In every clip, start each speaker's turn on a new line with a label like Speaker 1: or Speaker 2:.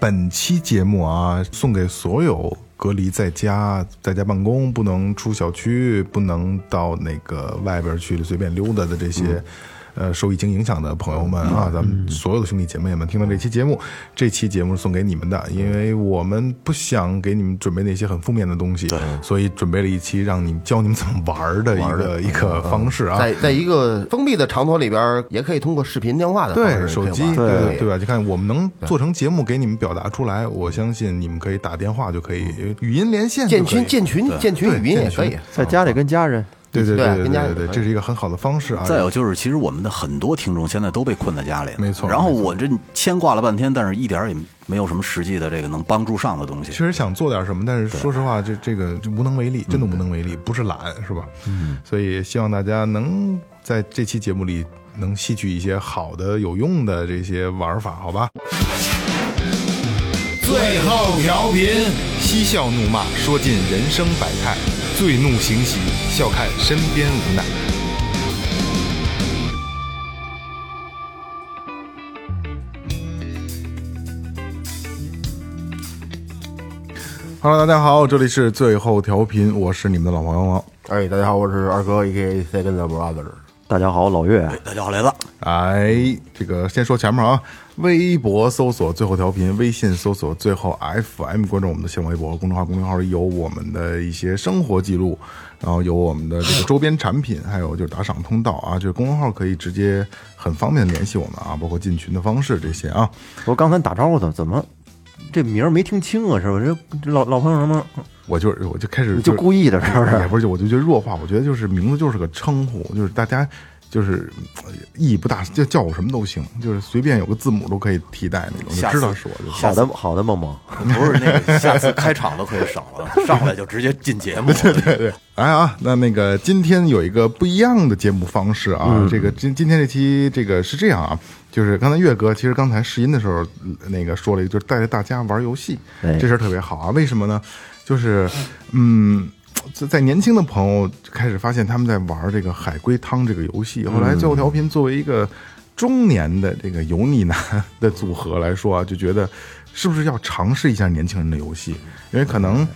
Speaker 1: 本期节目啊，送给所有隔离在家、在家办公、不能出小区、不能到那个外边去随便溜达的这些。呃，受疫情影响的朋友们啊，咱们所有的兄弟姐妹们，听到这期节目，这期节目是送给你们的，因为我们不想给你们准备那些很负面的东西，所以准备了一期让你教你们怎么玩儿的一个一个方式啊。
Speaker 2: 在在一个封闭的场所里边儿，也可以通过视频电话的方
Speaker 1: 对
Speaker 2: 式
Speaker 1: 手
Speaker 2: 可以
Speaker 1: 机，
Speaker 2: 玩
Speaker 1: 对对吧？就看我们能做成节目给你们表达出来，我相信你们可以打电话就可以，语音连线就
Speaker 2: 嗯建
Speaker 1: 可以
Speaker 2: 群建群建群语音也可以，
Speaker 3: 在家里跟家人，
Speaker 1: 对对
Speaker 2: 对
Speaker 1: 对
Speaker 2: 跟家
Speaker 1: 对
Speaker 2: 里
Speaker 1: 对，
Speaker 2: 可以
Speaker 1: 这是一个很好的方式啊。
Speaker 4: 再有就是，其实我们的很多听众现在都被困在家里了，
Speaker 1: 没错
Speaker 4: 然后我这牵挂了半天，但是一点儿也没有什么实际的这个能帮助上的东西。
Speaker 1: 确实想做点什么，但是说实话，这这个就无能为力，真的无能为力，不是懒，是吧？嗯，所以希望大家能在这期节目里能吸取一些好的、有用的这些玩法，好吧？最后调频，嬉笑怒骂，说尽人生百态；醉怒行喜，笑看身边无奈。Hello，大家好，这里是最后调频，我是你们的老朋友王。
Speaker 2: 哎，大家好，我是二哥 A K A Second Brother。
Speaker 3: 大家好，老岳，
Speaker 4: 大家好，雷子，
Speaker 1: 哎，这个先说前面啊，微博搜索最后调频，微信搜索最后 FM，关注我们的新浪微博、公众号、公众号里有我们的一些生活记录，然后有我们的这个周边产品，还有就是打赏通道啊，这个公众号可以直接很方便地联系我们啊，包括进群的方式这些啊。
Speaker 3: 我刚才打招呼怎么怎么这名儿没听清啊？是吧？这这老老朋友什么
Speaker 1: 我就是哎我就开始
Speaker 3: 就故意的，是不
Speaker 1: 也
Speaker 3: 是？
Speaker 1: 不是，我就觉得弱化，我觉得就是名字就是个称呼，就是大家就是呃意义不大，就叫我什么都行，就是随便有个字母都可以替代那种，就
Speaker 4: 下次
Speaker 1: 知道是我就行。
Speaker 3: 好的好的，梦梦，
Speaker 4: 不是那个，下次开场都可以省 了，上来就直接进节目。
Speaker 1: 哎啊，那那个今天有一个不一样的节目方式啊，这个今今天这期这个是这样啊，就是刚才岳哥其实刚才试音的时候，呃那个说了一个，就是带着大家玩游戏，
Speaker 3: 哎
Speaker 1: 这事儿特别好啊。为什么呢？就是嗯。在在年轻的朋友开始发现他们在玩这个海龟汤这个游戏，后来最后调频作为一个中年的这个油腻男的组合来说啊，就觉得是不是要尝试一下年轻人的游戏？因为可能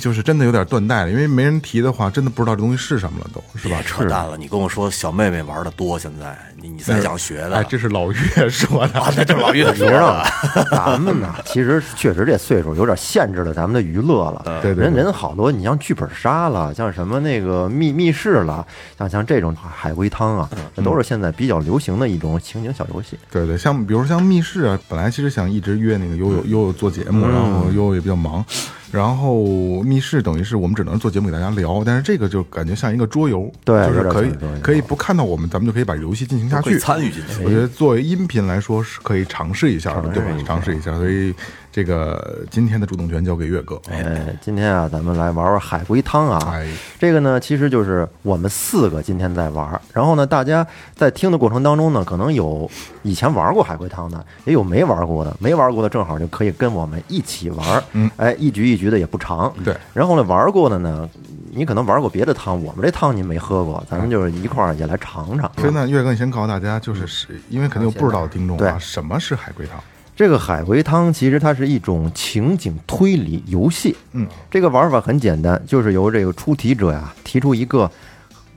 Speaker 1: 就是真的有点断代了，因为没人提的话，真的不知道这东西是什么了，都是吧
Speaker 4: 别？扯淡了，你跟我说小妹妹玩的多，现在你你才想学
Speaker 1: 哎，
Speaker 4: 的，
Speaker 1: 这是老岳说的，
Speaker 4: 啊，那这老岳
Speaker 3: 你
Speaker 4: 说
Speaker 3: 知道
Speaker 4: 的
Speaker 3: 吗，？咱们呢，其实确实这岁数有点限制了咱们的娱乐了。
Speaker 1: 对对
Speaker 3: 人
Speaker 1: 对
Speaker 3: 人好多，你像剧本杀了，像什么那个密密室了，像像这种海龟汤啊，
Speaker 1: 嗯
Speaker 3: 这都是现在比较流行的一种情景小游戏。
Speaker 1: 对对，像比如像密室啊，本来其实想一直约那个悠悠悠悠做节目，然后悠悠也比较忙，然后密室等于是我们只能做节目给大家聊，但是这个就感觉像一个桌游，
Speaker 3: 对
Speaker 1: 就是
Speaker 3: 有点
Speaker 1: 可以
Speaker 3: 像桌游
Speaker 1: 可以不看到我们，咱们就可以把游戏进行下
Speaker 4: 可以
Speaker 1: 去，嗯
Speaker 4: 参与进去。
Speaker 1: 我觉得作为音频来说是可以尝试一下的，对吧？尝试一下，所以这个今天的主动权交给岳哥。
Speaker 3: 哎，今天啊，咱们来玩玩海龟汤啊。
Speaker 1: 哎
Speaker 3: 这个呢，其实就是我们四个今天在玩儿。然后呢，大家在听的过程当中呢，可能有以前玩过海龟汤的，也有没玩过的。没玩过的正好就可以跟我们一起玩儿。嗯，哎，一局一局的也不长。
Speaker 1: 对
Speaker 3: 然后呢，玩过的呢，你可能玩过别的汤，我们这汤您没喝过，咱们就是一块儿也来尝啊尝。
Speaker 1: 所以呢，岳哥，你先告诉大家，就是是因为肯定有不知道的听众啊，
Speaker 3: 对
Speaker 1: 什么是海龟汤？
Speaker 3: 这个海龟汤其实它是一种情景推理游戏。
Speaker 1: 嗯，
Speaker 3: 这个玩法很简单，就是由这个出题者呀、提出一个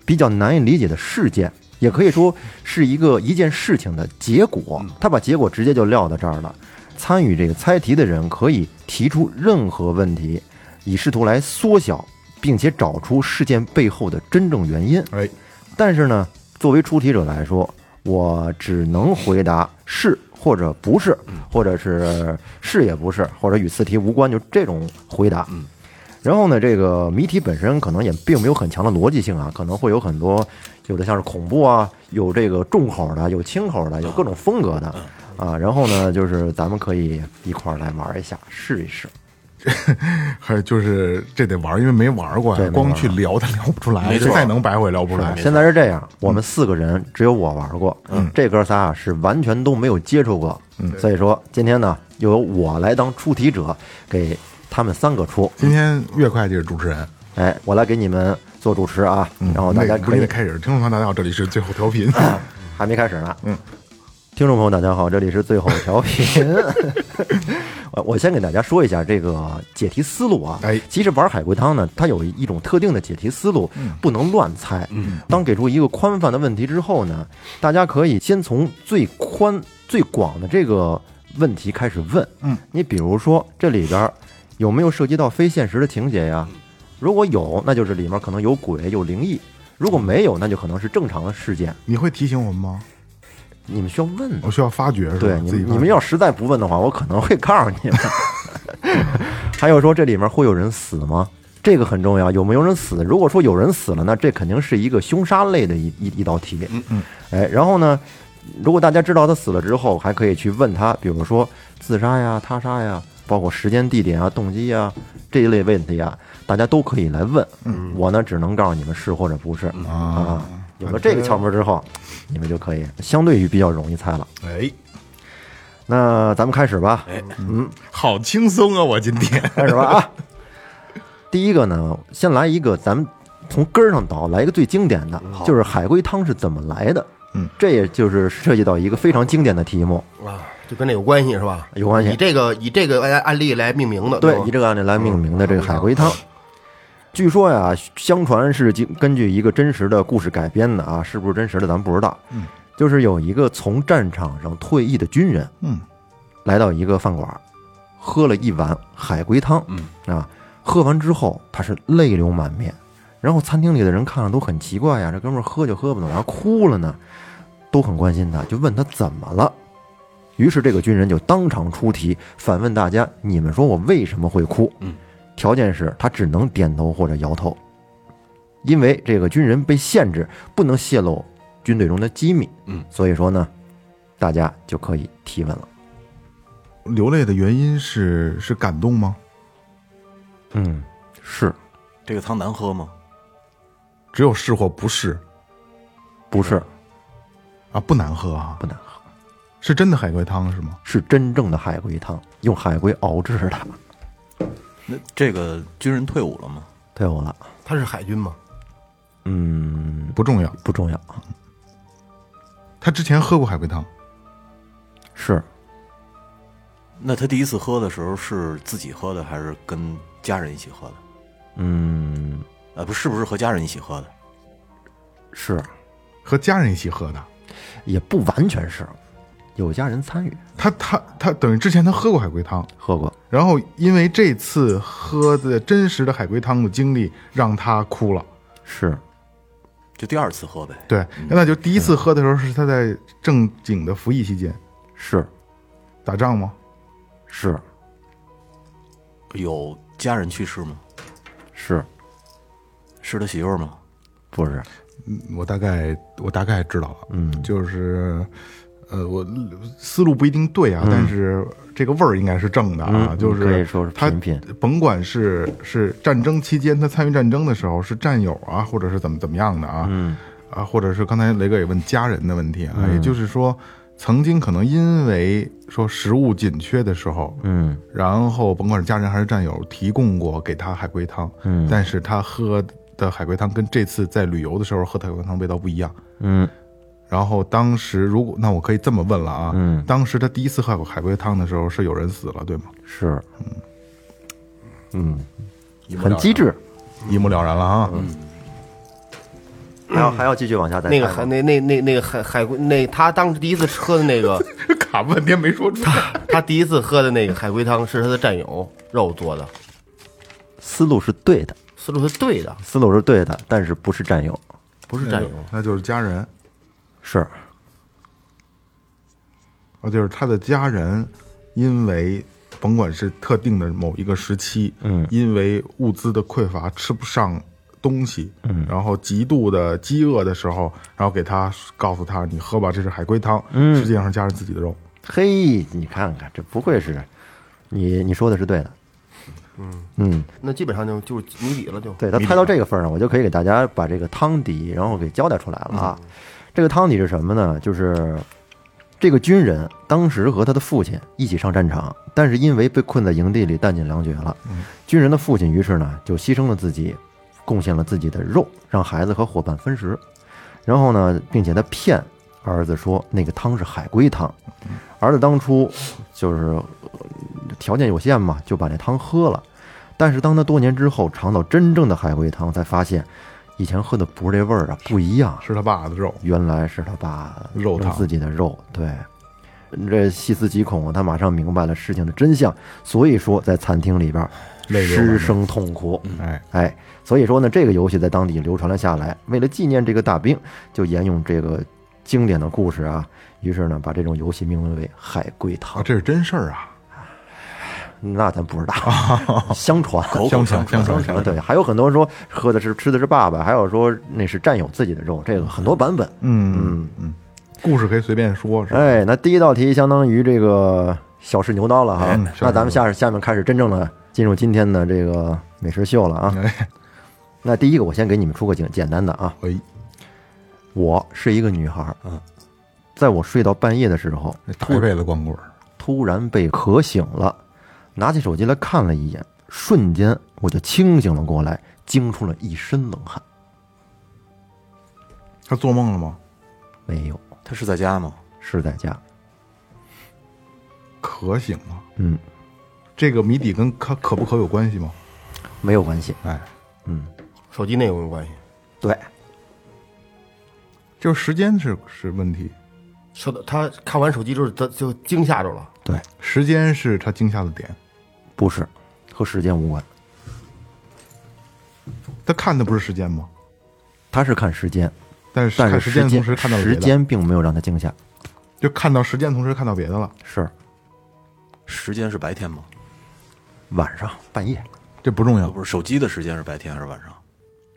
Speaker 3: 比较难以理解的事件，也可以说是一个一件事情的结果。他把结果直接就撂到这儿了。参与这个猜题的人可以提出任何问题，以试图来缩小，并且找出事件背后的真正原因。
Speaker 1: 哎，
Speaker 3: 但是呢，作为出题者来说，我只能回答是或者不是，或者是是也不是，或者与此题无关，就这种回答。然后呢，这个谜题本身可能也并没有很强的逻辑性啊，可能会有很多，有的像是恐怖啊，有这个重口的，有轻口的，有各种风格的啊。然后呢，就是咱们可以一块儿来玩一下，试一试。
Speaker 1: 还有就是这得玩，因为没玩过
Speaker 3: 对
Speaker 1: 呀，
Speaker 3: 没玩过
Speaker 1: 光去聊他 聊不出来，
Speaker 4: 没错
Speaker 1: 这再能白活也聊不出来。
Speaker 3: 啊现在是这样，我
Speaker 1: 嗯
Speaker 3: 们四个人只有我玩过，嗯，这哥仨啊是完全都没有接触过，嗯，所以说今天呢，由我来当出题者，给他们三个出，
Speaker 1: 今天岳会计是主持人，
Speaker 3: 哎，我来给你们做主持啊，然后大
Speaker 1: 嗯那
Speaker 3: 家
Speaker 1: 个不
Speaker 3: 可
Speaker 1: 是
Speaker 3: 以啊
Speaker 1: 得开始，听众朋友大家好，这里是最后调频。
Speaker 3: 还没开始呢。嗯，听众朋友，大家好，这里是最后调频。我我先给大家说一下这个解题思路啊。
Speaker 1: 哎
Speaker 3: 其实玩海龟汤呢，它有一种特定的解题思路，
Speaker 1: 嗯
Speaker 3: 不能乱猜。当给出一个宽泛的问题之后呢，大家可以先从最宽、最广的这个问题开始问。
Speaker 1: 嗯，
Speaker 3: 你比如说这里边儿有没有涉及到非现实的情节
Speaker 1: 嗯
Speaker 3: 呀？如果有，那就是里面可能有鬼、有灵异；如果没有，那就可能是正常的事件。
Speaker 1: 你会提醒我们吗？
Speaker 3: 你们需要问的
Speaker 1: 我。需要发掘是吧？
Speaker 3: 对，你
Speaker 1: 自己发
Speaker 3: 们
Speaker 1: 掘
Speaker 3: 你们要实在不问的话，我可能会告诉你们。 还有说这里面会有人死吗？这个很重要，有没有人死？如果说有人死了，那这肯定是一个凶杀类的一一一道题。嗯嗯。哎，然后呢，如果大家知道他死了之后，还可以去问他，比如说自杀呀、他杀呀，包括时间、地点啊、动机啊这一类问题啊，大家都可以来问。嗯。我呢，只能告诉你们是或者不是、啊。有了这个窍门之后，你们就可以相对于比较容易猜了。
Speaker 1: 哎，
Speaker 3: 那咱们开始吧，嗯，
Speaker 1: 好轻松啊！我今 天
Speaker 3: 开始吧啊！第一个呢，先来一个，咱们从根儿上倒，来一个最经典的，就是海龟汤是怎么来的。嗯，这也就是涉及到一个非常经典的题目，
Speaker 2: 啊，就跟这有关系是吧？
Speaker 3: 有关系
Speaker 2: 以这个以这个案案例来命名的，
Speaker 3: 对
Speaker 2: 吧
Speaker 3: 以这个案例来命名的这个海龟汤。据说呀，相传是经根据一个真实的故事改编的啊，是不是真实的咱不知道。嗯，就是有一个从战场上退役的军人，
Speaker 1: 嗯，
Speaker 3: 来到一个饭馆，喝了一碗海龟汤，嗯啊，喝完之后他是泪流满面，然后餐厅里的人看了都很奇怪呀，这哥们儿喝就喝吧，怎么还哭了呢？都很关心他，就问他怎么了。于是这个军人就当场出题，反问大家：“你们说我为什么会哭？”嗯，条件是他只能点头或者摇头，因为这个军人被限制，不能泄露军队中的机密。嗯，所以说呢，大家就可以提问了。
Speaker 1: 流泪的原因是是感动吗？
Speaker 3: 嗯，是
Speaker 4: 这个汤难喝吗？
Speaker 1: 只有是或不是
Speaker 3: 不是
Speaker 1: 啊？不难喝啊
Speaker 3: 不，难喝？
Speaker 1: 是真的海龟汤是吗？
Speaker 3: 是真正的海龟汤，用海龟熬制的。
Speaker 4: 那这个军人退伍了吗？
Speaker 3: 对我了，
Speaker 2: 他是海军吗？
Speaker 3: 嗯，
Speaker 1: 不重要，
Speaker 3: 不重要，
Speaker 1: 他之前喝过海龟汤，
Speaker 3: 是
Speaker 4: 那他第一次喝的时候是自己喝的，还是跟家人一起喝的？
Speaker 3: 嗯
Speaker 4: 呃，不是，不是和家人一起喝的？
Speaker 3: 是，
Speaker 1: 和家人一起喝的。
Speaker 3: 也不完全是，有家人参与
Speaker 1: 他他他等于之前他喝过海龟汤，
Speaker 3: 喝过。
Speaker 1: 然后因为这次喝的真实的海龟汤的经历让他哭了。
Speaker 3: 是
Speaker 4: 就第二次喝呗。
Speaker 1: 对，那就第一次喝的时候是他在正经的服役期间
Speaker 3: 是
Speaker 1: 打仗吗？
Speaker 3: 是
Speaker 4: 有家人去世吗？
Speaker 3: 是，
Speaker 4: 是他媳妇儿吗？
Speaker 3: 不是？
Speaker 1: 啊嗯我大概我大概知道了，嗯，就是，呃，我思路不一定对啊，但是这个味儿应该是正的啊，
Speaker 3: 嗯
Speaker 1: 就是
Speaker 3: 可以说是
Speaker 1: 他
Speaker 3: 频频
Speaker 1: 甭管是是战争期间他参与战争的时候是战友啊，或者是怎么怎么样的啊，嗯，啊，或者是刚才雷哥也问家人的问题啊，也就是说，曾经可能因为说食物紧缺的时候，
Speaker 3: 嗯，
Speaker 1: 然后甭管是家人还是战友提供过给他海龟汤，嗯，但是他喝的海龟汤跟这次在旅游的时候喝的海龟汤味道不一样。
Speaker 3: 嗯
Speaker 1: 然后当时如果那我可以这么问了啊，
Speaker 3: 嗯，
Speaker 1: 当时他第一次喝海龟汤的时候是有人死了，对吗？
Speaker 3: 是，嗯嗯，很机智。
Speaker 1: 一目了然了啊，
Speaker 3: 还要还要继续往下再
Speaker 2: 那个
Speaker 3: 猜
Speaker 2: 海
Speaker 3: 吗
Speaker 2: 那那那那个海海龟那他当时第一次喝的那个，
Speaker 1: 卡半天没说出 来。
Speaker 2: 他第一次喝的那个海龟汤是他的战友肉做的，
Speaker 3: 思路是对的，
Speaker 2: 思路是对的，
Speaker 3: 思路是对的，但是不是占有？
Speaker 2: 不是战友。
Speaker 1: 那就是家人，
Speaker 3: 是
Speaker 1: 啊，就是他的家人，因为甭管是特定的某一个时期，嗯，因为物资的匮乏吃不上东西，嗯，然后极度的饥饿的时候，然后给他告诉他，你喝吧，这是海龟汤，嗯，实际上是家人自己的肉。
Speaker 3: 嘿，你看看，这不愧是你，你说的是对的。嗯嗯，
Speaker 2: 那基本上就就是谜底了就，
Speaker 3: 对他猜到这个份儿上，我就可以给大家把这个汤底，然后给交代出来了啊。这个汤底是什么呢？就是这个军人当时和他的父亲一起上战场，但是因为被困在营地里，弹尽粮绝了。军人的父亲于是呢就牺牲了自己，贡献了自己的肉，让孩子和伙伴分食。然后呢，并且他骗儿子说那个汤是海龟汤。儿子当初就是呃条件有限嘛，就把那汤喝了。但是当他多年之后尝到真正的海龟汤，才发现以前喝的不是这味儿啊，不一样，
Speaker 1: 吃他爸的肉，
Speaker 3: 原来是他爸
Speaker 1: 肉
Speaker 3: 用
Speaker 1: 汤
Speaker 3: 自己的肉。对，这细思极恐，他马上明白了事情的真相，所以说在餐厅里边
Speaker 1: 泪流满
Speaker 3: 失
Speaker 1: 面
Speaker 3: 声痛哭。
Speaker 1: 哎，
Speaker 3: 哎，所以说呢，这个游戏在当地流传了下来。为了纪念这个大兵，就沿用这个经典的故事啊，于是呢，把这种游戏命名为“海龟
Speaker 1: 啊，
Speaker 3: 汤
Speaker 1: 这是真事儿啊，”。
Speaker 3: 那咱不知道，相传。
Speaker 4: 口
Speaker 1: 相
Speaker 4: 口
Speaker 1: 传
Speaker 4: 传，
Speaker 1: 相
Speaker 3: 啊，对，还有很多人说喝的是吃的是爸爸，还有说那是战友自己的肉，这个很多版本。
Speaker 1: 嗯嗯，故事可以随便说，是吧？
Speaker 3: 哎，那第一道题相当于这个小试牛刀了哈。
Speaker 1: 嗯小
Speaker 3: 那
Speaker 1: 试
Speaker 3: 咱们下下面开始真正的进入今天的这个美食秀了啊。
Speaker 1: 哎，
Speaker 3: 那第一个我先给你们出个简简单的啊，
Speaker 1: 哎，
Speaker 3: 我是一个女孩，
Speaker 4: 嗯，
Speaker 3: 在我睡到半夜的时候，
Speaker 1: 那大辈子光棍儿，
Speaker 3: 突然被渴醒了，拿起手机来看了一眼，瞬间我就清醒了过来，惊出了一身冷汗。
Speaker 1: 他做梦了吗？
Speaker 3: 没有，
Speaker 4: 他是在家吗？
Speaker 3: 是在家，
Speaker 1: 渴醒了，
Speaker 3: 嗯，
Speaker 1: 这个谜底跟可可不可有关系吗？
Speaker 3: 没有关系，
Speaker 1: 哎，
Speaker 2: 手机内容有关系。
Speaker 3: 对，
Speaker 1: 就是时间是是问题，
Speaker 2: 说的他看完手机之后，他就惊吓着了。
Speaker 3: 对，
Speaker 1: 时间是他惊吓的点，
Speaker 3: 不是，和时间无关，
Speaker 1: 他看的不是时间吗？
Speaker 3: 他是看时间，
Speaker 1: 但是
Speaker 3: 但
Speaker 1: 看
Speaker 3: 是
Speaker 1: 时间的
Speaker 3: 时间
Speaker 1: 同时看到了别
Speaker 3: 时
Speaker 1: 的，
Speaker 3: 间并没有让他惊吓，
Speaker 1: 就看到时间同时看到别的了，
Speaker 3: 是
Speaker 4: 时间是白天吗？
Speaker 3: 晚上半夜。
Speaker 1: 这不重要，
Speaker 4: 不是，手机的时间是白天还是晚上？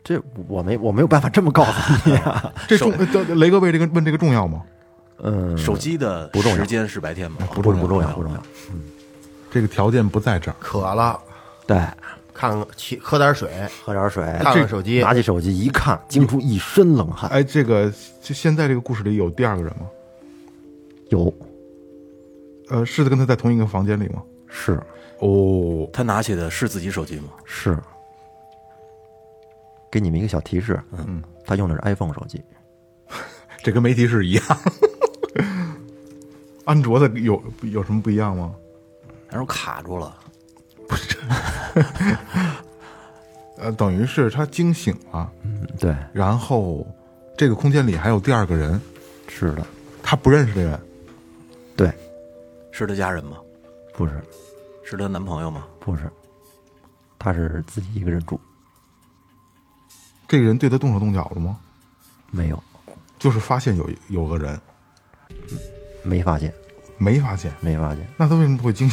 Speaker 3: 这我没我没有办法这么告诉 你、啊，
Speaker 1: 这重呃雷哥为这个问这个重要吗？
Speaker 3: 嗯，
Speaker 4: 手机的
Speaker 3: 不重要
Speaker 4: 时间是白天吗？
Speaker 3: 不不重要不重要，
Speaker 1: 这个条件不在这儿，
Speaker 2: 渴了，
Speaker 3: 对，
Speaker 2: 看看起喝点水，
Speaker 3: 喝点水，
Speaker 2: 看看手机
Speaker 3: 拿。起手机一看，惊出一身冷汗。
Speaker 1: 哎，这个这现在这个故事里有第二个人吗？
Speaker 3: 有
Speaker 1: 呃，是跟他在同一个房间里吗？
Speaker 3: 是
Speaker 1: 哦，
Speaker 4: 他拿起的是自己手机吗？
Speaker 3: 是，给你们一个小提示，嗯，他用的是 iPhone 手机，
Speaker 1: 这跟没提示一样。 安卓的有有什么不一样吗？
Speaker 4: 然后卡住了，
Speaker 1: 呃，等于是他惊醒了，
Speaker 3: 嗯，对，
Speaker 1: 然后这个空间里还有第二个人，
Speaker 3: 是的，
Speaker 1: 他不认识的人，
Speaker 3: 对，
Speaker 4: 是他家人吗？
Speaker 3: 不是
Speaker 4: 是他男朋友吗？
Speaker 3: 不是，他是自己一个人住，
Speaker 1: 这个人对他动手动脚了吗？
Speaker 3: 没有，
Speaker 1: 就是发现有有个人
Speaker 3: 没发现，
Speaker 1: 没发现，
Speaker 3: 没发现，
Speaker 1: 那他为什么会惊，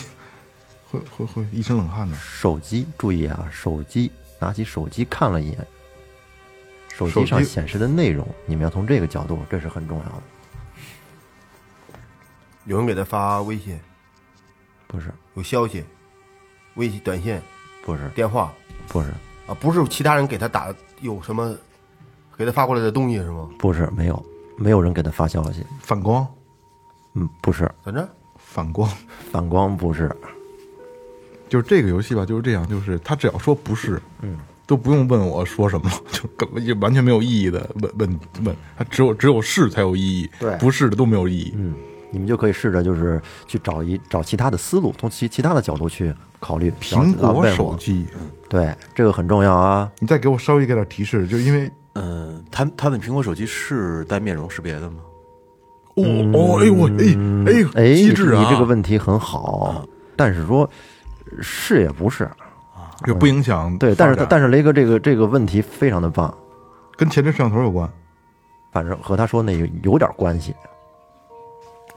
Speaker 1: 会会会一身冷汗呢？
Speaker 3: 手机，注意啊，手机，拿起手机看了一眼。手
Speaker 1: 手
Speaker 3: 机
Speaker 1: 机
Speaker 3: 上显示的内容，你们要从这个角度，这是很重要的。
Speaker 2: 有人给他发微信，
Speaker 3: 不是，
Speaker 2: 有消息，微信、短信、
Speaker 3: 不是，
Speaker 2: 电话
Speaker 3: 不是，
Speaker 2: 啊，不是其他人给他打有什么给他发过来的东西是吗？
Speaker 3: 不是，没有，没有人给他发消息。
Speaker 1: 反光，
Speaker 3: 嗯，不是，
Speaker 2: 反正
Speaker 1: 反光，
Speaker 3: 反光不是，
Speaker 1: 就是这个游戏吧，就是这样，就是他只要说不是，嗯，都不用问我说什么，就根本就完全没有意义的问问问，他只有只有是才有意义，
Speaker 3: 对
Speaker 1: 不是的都没有意义。
Speaker 3: 嗯，你们就可以试着就是去找一找其他的思路，从其其他的角度去考虑。
Speaker 1: 苹
Speaker 3: 然后
Speaker 1: 果
Speaker 3: 问我
Speaker 1: 手机，
Speaker 3: 对这个很重要啊，
Speaker 1: 你再给我稍微给点提示，就因为
Speaker 4: 嗯，他他的苹果手机是带面容识别的吗？
Speaker 1: 哦哦，哎我哎
Speaker 3: 哎，
Speaker 1: 哎，机智啊，
Speaker 3: 你这个问题很好，但是说是也不是，
Speaker 1: 也不影响
Speaker 3: 嗯对，但是
Speaker 1: 发
Speaker 3: 他
Speaker 1: 展
Speaker 3: 但是雷哥这个这个问题非常的棒，
Speaker 1: 跟前置摄像头有关，
Speaker 3: 反正和他说那有有点关系，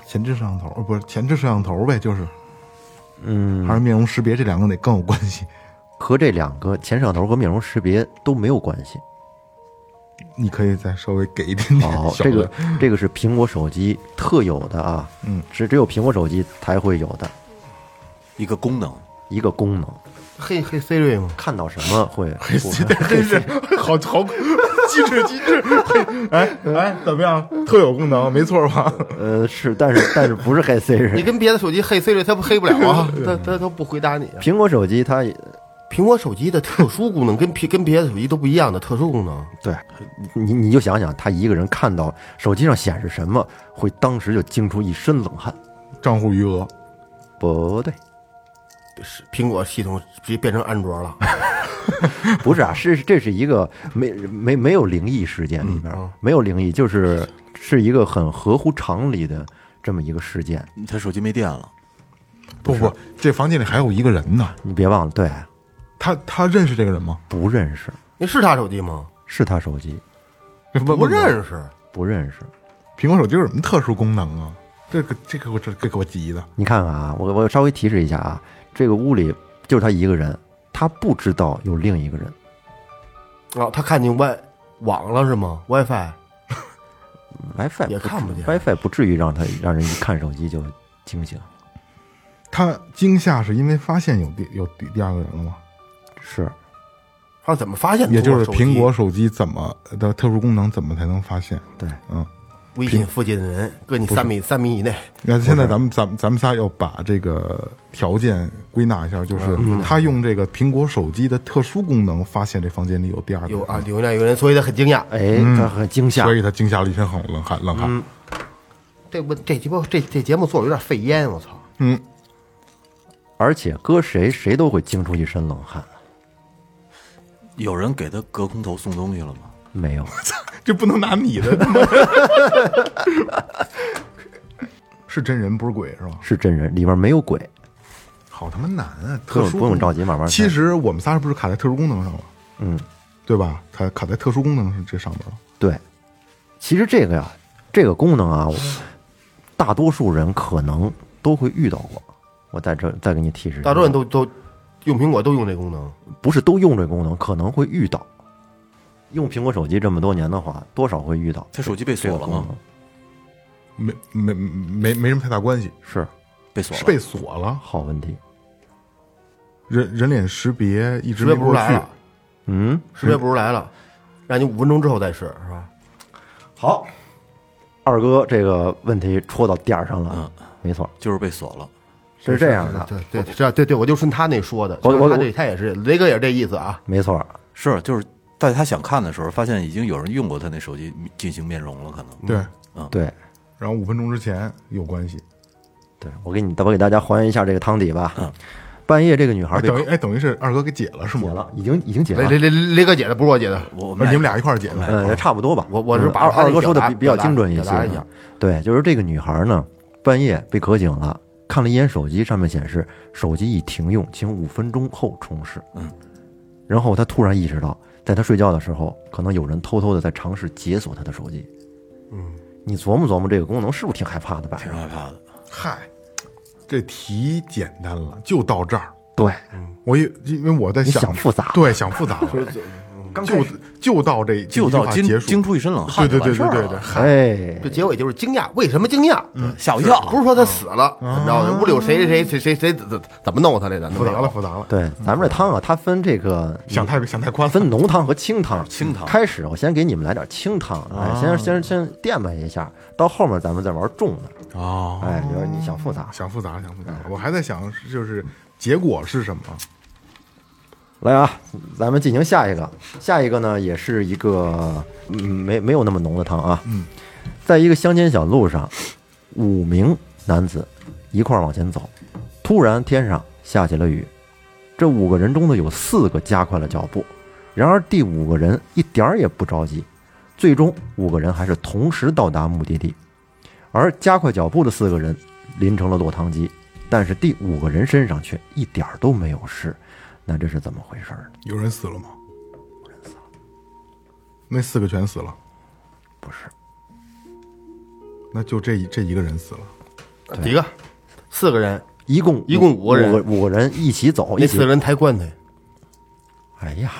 Speaker 1: 前置摄像头哦不是前置摄像头呗，就是
Speaker 3: 嗯，
Speaker 1: 还是面容识别这两个得更有关系。
Speaker 3: 和这两个前摄像头和面容识别都没有关系。
Speaker 1: 你可以再稍微给一 点点
Speaker 3: 哦，
Speaker 1: 小的
Speaker 3: 这个这个是苹果手机特有的啊，
Speaker 1: 嗯，
Speaker 3: 只只有苹果手机才会有的
Speaker 4: 一个功能，
Speaker 3: 一个功能，
Speaker 2: 嘿嘿 Siri 吗？
Speaker 3: 看到什么 会
Speaker 1: 真是好好机智机智，哎哎，怎么样？特有功能，没错吧？
Speaker 3: 呃是，但是但是不是黑
Speaker 2: 你
Speaker 3: Siri？
Speaker 2: 跟别的手机嘿 Siri，他不黑不了啊，他他他不回答你啊。
Speaker 3: 苹果手机它也
Speaker 2: 苹果手机的特殊功能跟苹跟别的手机都不一样的特殊功能，
Speaker 3: 对你你就想想，他一个人看到手机上显示什么，会当时就惊出一身冷汗。
Speaker 1: 账户余额
Speaker 3: 不对，
Speaker 2: 是苹果系统直接变成安卓了，
Speaker 3: 不是啊，是这是一个没没没有灵异事件里边、
Speaker 1: 嗯
Speaker 3: 没有灵异，就是是一个很合乎常理的这么一个事件。
Speaker 4: 他手机没电了，
Speaker 1: 不不，这房间里还有一个人呢，
Speaker 3: 你别忘了，对，
Speaker 1: 他他认识这个人吗？
Speaker 3: 不认识，
Speaker 2: 那是他手机吗？
Speaker 3: 是他手机，
Speaker 2: 不认识，
Speaker 3: 不认识。
Speaker 1: 苹果手机有什么特殊功能啊？这个这个我这这给我急的，
Speaker 3: 你看看啊，我我稍微提示一下啊，这个屋里就是他一个人，他不知道有另一个人，
Speaker 2: 啊，他看见外网了是吗？WiFi
Speaker 3: WiFi
Speaker 2: 也看不见
Speaker 3: WiFi 不至于让他让人一看手机就惊醒，
Speaker 1: 他惊吓是因为发现有第有第第二个人了吗？
Speaker 3: 是
Speaker 2: 他怎么发现的？
Speaker 1: 也就是
Speaker 2: 通过手机
Speaker 1: 苹果手机怎么的特殊功能怎么才能发现？
Speaker 3: 对，
Speaker 1: 嗯，
Speaker 2: 微信附近的人，隔你三米三米以内，
Speaker 1: 那现在咱们咱们咱们仨要把这个条件归纳一下，就是他用这个苹果手机的特殊功能发现这房间里有第二个
Speaker 2: 有啊
Speaker 1: 人，
Speaker 2: 有那有人，所以他很惊讶。
Speaker 3: 哎，他很惊吓
Speaker 1: 所，以他惊吓了一身冷冷汗冷汗。
Speaker 2: 这不这节目这这节目做的有点费烟，我操！
Speaker 3: 而且搁谁谁都会惊出一身冷汗，
Speaker 4: 有人给他隔空投送东西了吗？
Speaker 3: 没有，
Speaker 1: 这不能拿你 的，是真人不是鬼是吧？
Speaker 3: 是真人，里边没有鬼，
Speaker 1: 好他妈难啊！
Speaker 3: 不
Speaker 1: 特
Speaker 3: 用
Speaker 1: 殊
Speaker 3: 不
Speaker 1: 功
Speaker 3: 用
Speaker 1: 能
Speaker 3: 着急，慢慢看。
Speaker 1: 其实我们仨是不是卡在特殊功能上了？
Speaker 3: 嗯，
Speaker 1: 对吧？卡卡在特殊功能上这上面了。
Speaker 3: 对，其实这个呀，这个功能啊，我大多数人可能都会遇到过。我在这再给你提示一下，
Speaker 2: 大多数人都都用苹果都用这功能，
Speaker 3: 不是都用这功能，可能会遇到。用苹果手机这么多年的话，多少会遇到
Speaker 4: 他手机被
Speaker 3: 这
Speaker 4: 锁
Speaker 3: 个啊
Speaker 4: 了
Speaker 3: 功
Speaker 4: 吗？
Speaker 3: 能。
Speaker 1: 没没没没什么太大关系，
Speaker 3: 是
Speaker 4: 被锁
Speaker 1: 是
Speaker 4: 了。
Speaker 1: 被锁了，
Speaker 3: 好问题。
Speaker 1: 人人脸识别一直
Speaker 2: 识
Speaker 1: 没
Speaker 2: 别不
Speaker 1: 过
Speaker 2: 出来
Speaker 1: 去。
Speaker 2: 了，
Speaker 3: 嗯，
Speaker 2: 识别不出来了，让你五分钟之后再试是吧？
Speaker 3: 好，二哥这个问题戳到点儿上了，没错，
Speaker 4: 就是被锁了，
Speaker 3: 嗯是这样的，
Speaker 2: 对对对这对对，我就顺他那说的，
Speaker 3: 我我
Speaker 2: 他这他也是雷哥也是这意思啊。
Speaker 3: 没错，
Speaker 4: 是就是在他想看的时候，发现已经有人用过他那手机进行面容了，可能
Speaker 1: 对，
Speaker 3: 对
Speaker 1: 然后五分钟之前有关系。
Speaker 3: 对，我给你，我给大家还原一下这个汤底吧。半夜这个女孩
Speaker 1: 哎，
Speaker 3: 被
Speaker 1: 等于哎，等于是二哥给解了是
Speaker 3: 解
Speaker 1: 吗？
Speaker 3: 了，已经已经解
Speaker 2: 雷
Speaker 3: 了，
Speaker 2: 雷雷雷哥解的不是我解的，
Speaker 4: 我我
Speaker 1: 不是
Speaker 4: 们
Speaker 1: 你们俩一块儿解的。
Speaker 3: 呃，差不多吧。
Speaker 2: 哎我我是
Speaker 3: 嗯
Speaker 2: 把
Speaker 3: 二
Speaker 2: 他
Speaker 3: 二哥说的
Speaker 2: 表达
Speaker 3: 比比较
Speaker 2: 表达
Speaker 3: 精准一些
Speaker 2: 表达一下
Speaker 3: 啊。对，就是这个女孩呢，半夜被渴醒了，看了一眼手机，上面显示手机已停用，请五分钟后重试。
Speaker 4: 嗯，
Speaker 3: 然后她突然意识到，在她睡觉的时候，可能有人偷偷的在尝试解锁她的手机。
Speaker 2: 嗯，
Speaker 3: 你琢磨琢磨，这个功能是不是挺害怕的吧？
Speaker 4: 挺害怕的。
Speaker 1: 嗨，这题简单了，就到这儿。
Speaker 3: 对，
Speaker 1: 我也因为我在
Speaker 3: 你
Speaker 1: 想
Speaker 3: 想复杂
Speaker 1: 对，想复杂了，就就到这
Speaker 4: 就到
Speaker 1: 这一句
Speaker 4: 惊
Speaker 1: 话结
Speaker 4: 惊
Speaker 1: 束。
Speaker 4: 出一身冷汗
Speaker 1: 对
Speaker 4: 就
Speaker 1: 对对
Speaker 4: 完事
Speaker 1: 对
Speaker 4: 儿了，
Speaker 1: 对对，嗨，
Speaker 3: 哎，
Speaker 2: 这结尾就是惊讶，为什么惊讶？
Speaker 3: 嗯
Speaker 4: 吓我一跳。
Speaker 2: 不是说他死了，怎么着？屋里有谁谁谁谁谁怎怎怎么弄他来的？
Speaker 1: 复杂了，复杂了。
Speaker 3: 对，咱们这汤啊，它分这个
Speaker 1: 想太想太宽了。
Speaker 3: 啊分浓汤和清汤。
Speaker 4: 清汤啊
Speaker 3: 开始，我先给你们来点清汤，哎，先先先垫吧一下，到后面咱们再玩重的。
Speaker 1: 哦
Speaker 3: 哎，就是你想复杂。
Speaker 1: 想复杂了，想复杂了。我还在想，就是结果是什么？
Speaker 3: 来啊，咱们进行下一个，下一个呢也是一个嗯没没有那么浓的汤啊。嗯，在一个乡间小路上，五名男子一块儿往前走，突然天上下起了雨，这五个人中呢有四个加快了脚步，然而第五个人一点儿也不着急，最终五个人还是同时到达目的地，而加快脚步的四个人淋成了落汤鸡，但是第五个人身上却一点儿都没有湿，那这是怎么回事儿呢？
Speaker 1: 有人死了吗？那四个全死了，
Speaker 3: 不是，
Speaker 1: 那就这一这一个人死了。
Speaker 2: 几个？四个人，
Speaker 3: 一共
Speaker 2: 一共五个人
Speaker 3: 五个五个人一起走，
Speaker 2: 那
Speaker 3: 一起
Speaker 2: 四个。人抬棺材
Speaker 3: 哎呀，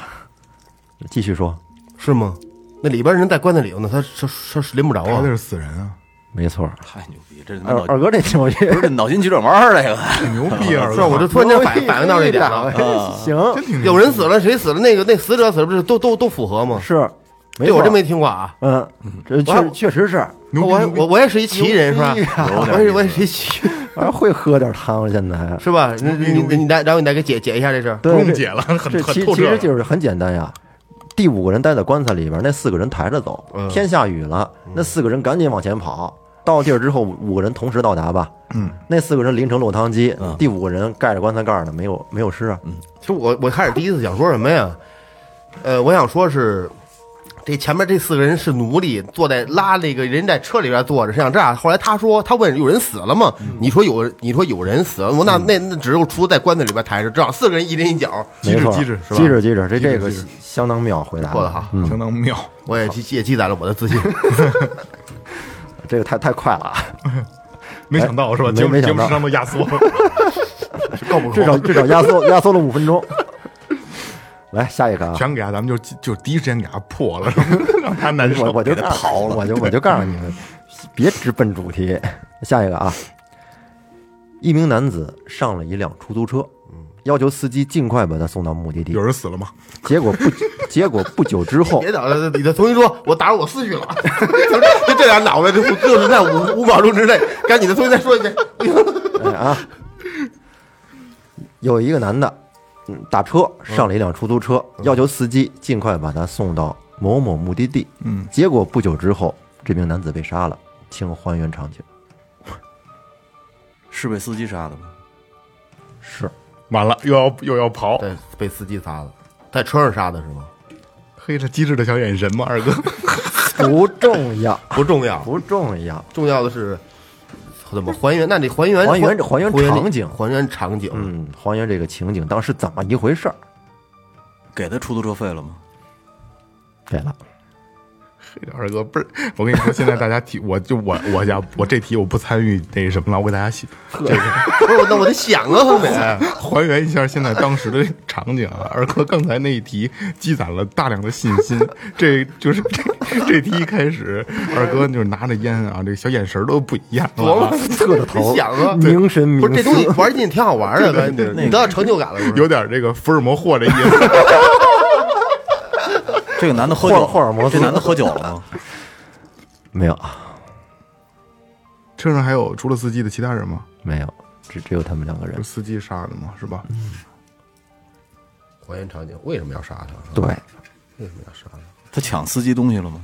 Speaker 3: 继续说，
Speaker 2: 是吗？那里边人在棺材里头呢，他他他是淋不着
Speaker 1: 他
Speaker 3: 哦
Speaker 2: 啊
Speaker 1: 那。是死人 啊，
Speaker 3: 没错儿。
Speaker 4: 太牛逼，这他妈
Speaker 3: 二
Speaker 4: 脑
Speaker 3: 二哥这挺有趣，
Speaker 4: 不是这脑筋急转弯儿这个，
Speaker 1: 挺牛逼 啊！
Speaker 2: 是吧？我 就突然间反反应到这点
Speaker 3: 哎
Speaker 2: 了。啊
Speaker 3: 行，
Speaker 1: 真挺牛
Speaker 2: 有
Speaker 1: 逼
Speaker 2: 人死了，谁死了？那个那死者死了，不是都都都符合吗？
Speaker 3: 是，没
Speaker 2: 这我
Speaker 3: 错
Speaker 2: 真没听过啊。
Speaker 3: 嗯，这
Speaker 2: 我
Speaker 3: 确
Speaker 2: 还
Speaker 3: 确实是，
Speaker 1: 牛逼
Speaker 2: 我还
Speaker 1: 牛逼
Speaker 2: 我我也是一奇人是吧
Speaker 3: 牛逼？啊
Speaker 2: 我也是我也是一奇
Speaker 3: 还会喝点汤，现在
Speaker 2: 是吧？你你你你来，然后你来给解解一下这事儿。
Speaker 3: 对
Speaker 1: 不用
Speaker 3: 这
Speaker 1: 解了，很很
Speaker 3: 这其
Speaker 1: 透
Speaker 3: 其
Speaker 1: 彻
Speaker 3: 实
Speaker 1: 了。
Speaker 3: 就是很简单呀。第五个人待在棺材里边，那四个人抬着走。天下雨了，那四个人赶紧往前跑。到地儿之后，五个人同时到达吧。嗯，那四个人淋成落汤鸡，第五个人盖着棺材盖儿呢，没有没有尸啊。
Speaker 2: 其实我我开始第一次想说什么呀？呃，我想说是，这前面这四个人是奴隶，坐在拉那个人在车里边坐着，是想这样。后来他说，他问有人死了吗？你说有，你说有人死了，我那那那只有除在棺材里边抬着，这样四个人一人一脚，
Speaker 3: 没错，机
Speaker 1: 机智
Speaker 2: 是吧
Speaker 3: 智机智，这这
Speaker 1: 机
Speaker 3: 个
Speaker 1: 智机
Speaker 3: 相当妙回答，
Speaker 2: 做得好，
Speaker 3: 嗯
Speaker 1: 相当妙。
Speaker 2: 我也记也记载了我的 自信。
Speaker 3: 这个太太快了啊！
Speaker 1: 没想到是吧？
Speaker 3: 没
Speaker 1: 节目
Speaker 3: 没想
Speaker 1: 节目
Speaker 3: 到
Speaker 1: 时长都压缩 了。
Speaker 2: 够不
Speaker 3: 至少至少压缩压缩了五分钟。来下一 个啊，
Speaker 1: 全给他，咱们就就第一时间给他破 了，让他难
Speaker 3: 我
Speaker 1: 受。
Speaker 3: 我就跑了，我就我就告诉你们，别直奔主题。下一个啊，一名男子上了一辆出租车，要求司机尽快把他送到目的地
Speaker 1: 有。人死了吗？
Speaker 3: 结果不结果不久之 后
Speaker 2: 别，打了，你的重新说，我打扰我思绪 了。就这俩脑袋，就就是在五五秒钟之内，赶紧的，重新再说一遍。
Speaker 3: 哎啊，有一个男的，嗯，打车上了一辆出租车，要求司机尽快把他送到某某目的地。嗯，结果不久之后，这名男子被杀了。请还原 场景。
Speaker 4: 是被司机杀的吗？
Speaker 3: 是，
Speaker 1: 完了，又要又要跑。
Speaker 2: 对，被司机杀了，在车上杀的是吗？
Speaker 1: 嘿，这机智的小眼神嘛，二哥。
Speaker 3: 不重要，
Speaker 2: 不重要，
Speaker 3: 不重要。
Speaker 2: 重要的是怎么还原？那得还原
Speaker 3: 还原还原场景
Speaker 2: 还原场景。
Speaker 3: 嗯，还原这个情景，当时怎么一回事儿？
Speaker 4: 给他出租车费了吗？
Speaker 3: 对了，
Speaker 1: 嘿二哥不是，我跟你说，现在大家题，我就我我家我这题我不参与那什么了，我给大家写
Speaker 2: 不是，那我得想啊，后 面
Speaker 1: 还原一下现在当时的场景啊。二哥刚才那一题积攒了大量的信心，这就是这这题一开始，二哥就是拿着烟啊，这个小眼神儿都不一样
Speaker 2: 琢磨
Speaker 1: 了，啊
Speaker 3: 侧着头
Speaker 2: 得想啊，
Speaker 3: 凝神
Speaker 2: 不是
Speaker 3: 冥
Speaker 2: 这东西
Speaker 3: 思。
Speaker 2: 玩进去挺好玩
Speaker 1: 对
Speaker 2: 的，
Speaker 1: 对
Speaker 2: 感觉
Speaker 1: 对
Speaker 2: 你得到成就感了，不是
Speaker 1: 有点这个福尔摩霍这意思。
Speaker 4: 这个男 的喝酒，
Speaker 3: 霍尔霍尔摩斯
Speaker 4: 这男的喝酒了吗？
Speaker 3: 没有，
Speaker 1: 车上还有除了司机的其他人吗？
Speaker 3: 没有，只只有他们两个人
Speaker 1: 是。司机杀的吗？是吧？
Speaker 2: 还原场景。为什么要杀他？
Speaker 3: 对，
Speaker 2: 为什么要杀他？
Speaker 4: 他抢司机东西了吗？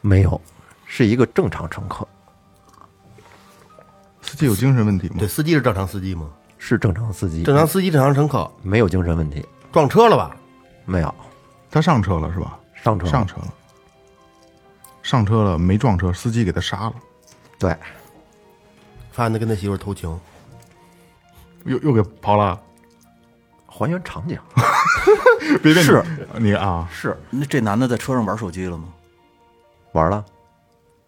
Speaker 3: 没有，是一个正常乘客，
Speaker 1: 司机有精神问题吗
Speaker 2: 对，？司机是正常司机吗？
Speaker 3: 是正常司机，
Speaker 2: 正常司机，正常乘客，
Speaker 3: 没有精神问题，
Speaker 2: 撞车了吧？
Speaker 3: 没有
Speaker 1: 他上车了是吧？
Speaker 3: 上车
Speaker 1: 上车了，上车了，没撞车，司机给他杀了，
Speaker 3: 对，
Speaker 2: 发现他跟他媳妇儿偷情，
Speaker 1: 又又给刨了。
Speaker 3: 还原场景
Speaker 1: 别别，
Speaker 3: 是
Speaker 1: 你你啊，
Speaker 3: 是
Speaker 4: 那这男的在车上玩手机了吗？
Speaker 3: 玩了，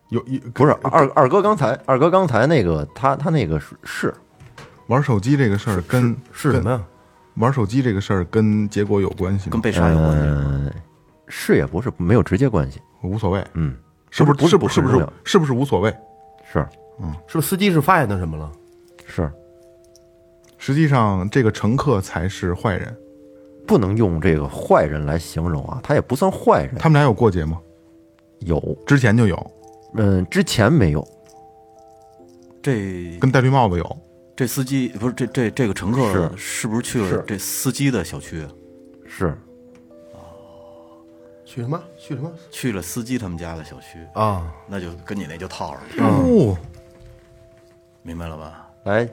Speaker 1: 有有
Speaker 3: 不是二二哥刚才二哥刚才那个他他那个是是
Speaker 1: 玩手机这个事儿跟
Speaker 2: 是什么呀？
Speaker 1: 玩手机这个事儿跟结果有关系吗
Speaker 4: 跟？被杀有关
Speaker 1: 呃
Speaker 4: 系吗？
Speaker 3: 呃是也不是没有直接关系，
Speaker 1: 无所谓，
Speaker 3: 嗯，
Speaker 1: 是不
Speaker 3: 不
Speaker 1: 是？
Speaker 3: 是
Speaker 1: 是
Speaker 3: 不
Speaker 1: 不
Speaker 3: 是
Speaker 1: 是？是不
Speaker 3: 没
Speaker 1: 是
Speaker 3: 有？
Speaker 1: 是不是无所谓？
Speaker 3: 是
Speaker 2: 是不是司机是发现他什么了？
Speaker 3: 是
Speaker 1: 实际上，这个乘客才是坏人。
Speaker 3: 不能用这个坏人来形容啊，他也不算坏人，
Speaker 1: 他们俩有过节吗？
Speaker 3: 有
Speaker 1: 之前就有，
Speaker 3: 嗯之前没有，
Speaker 4: 这
Speaker 1: 跟戴绿帽子有，
Speaker 4: 这司机不是这这这个乘客
Speaker 3: 是
Speaker 4: 是不是去了
Speaker 3: 是
Speaker 4: 这司机的小区？啊
Speaker 3: 是
Speaker 2: 去什么？去什么？
Speaker 4: 去了司机他们家的小区，
Speaker 2: 啊，
Speaker 4: 那就跟你那就套上了，
Speaker 1: 哦，
Speaker 4: 明白了吧？
Speaker 3: 来。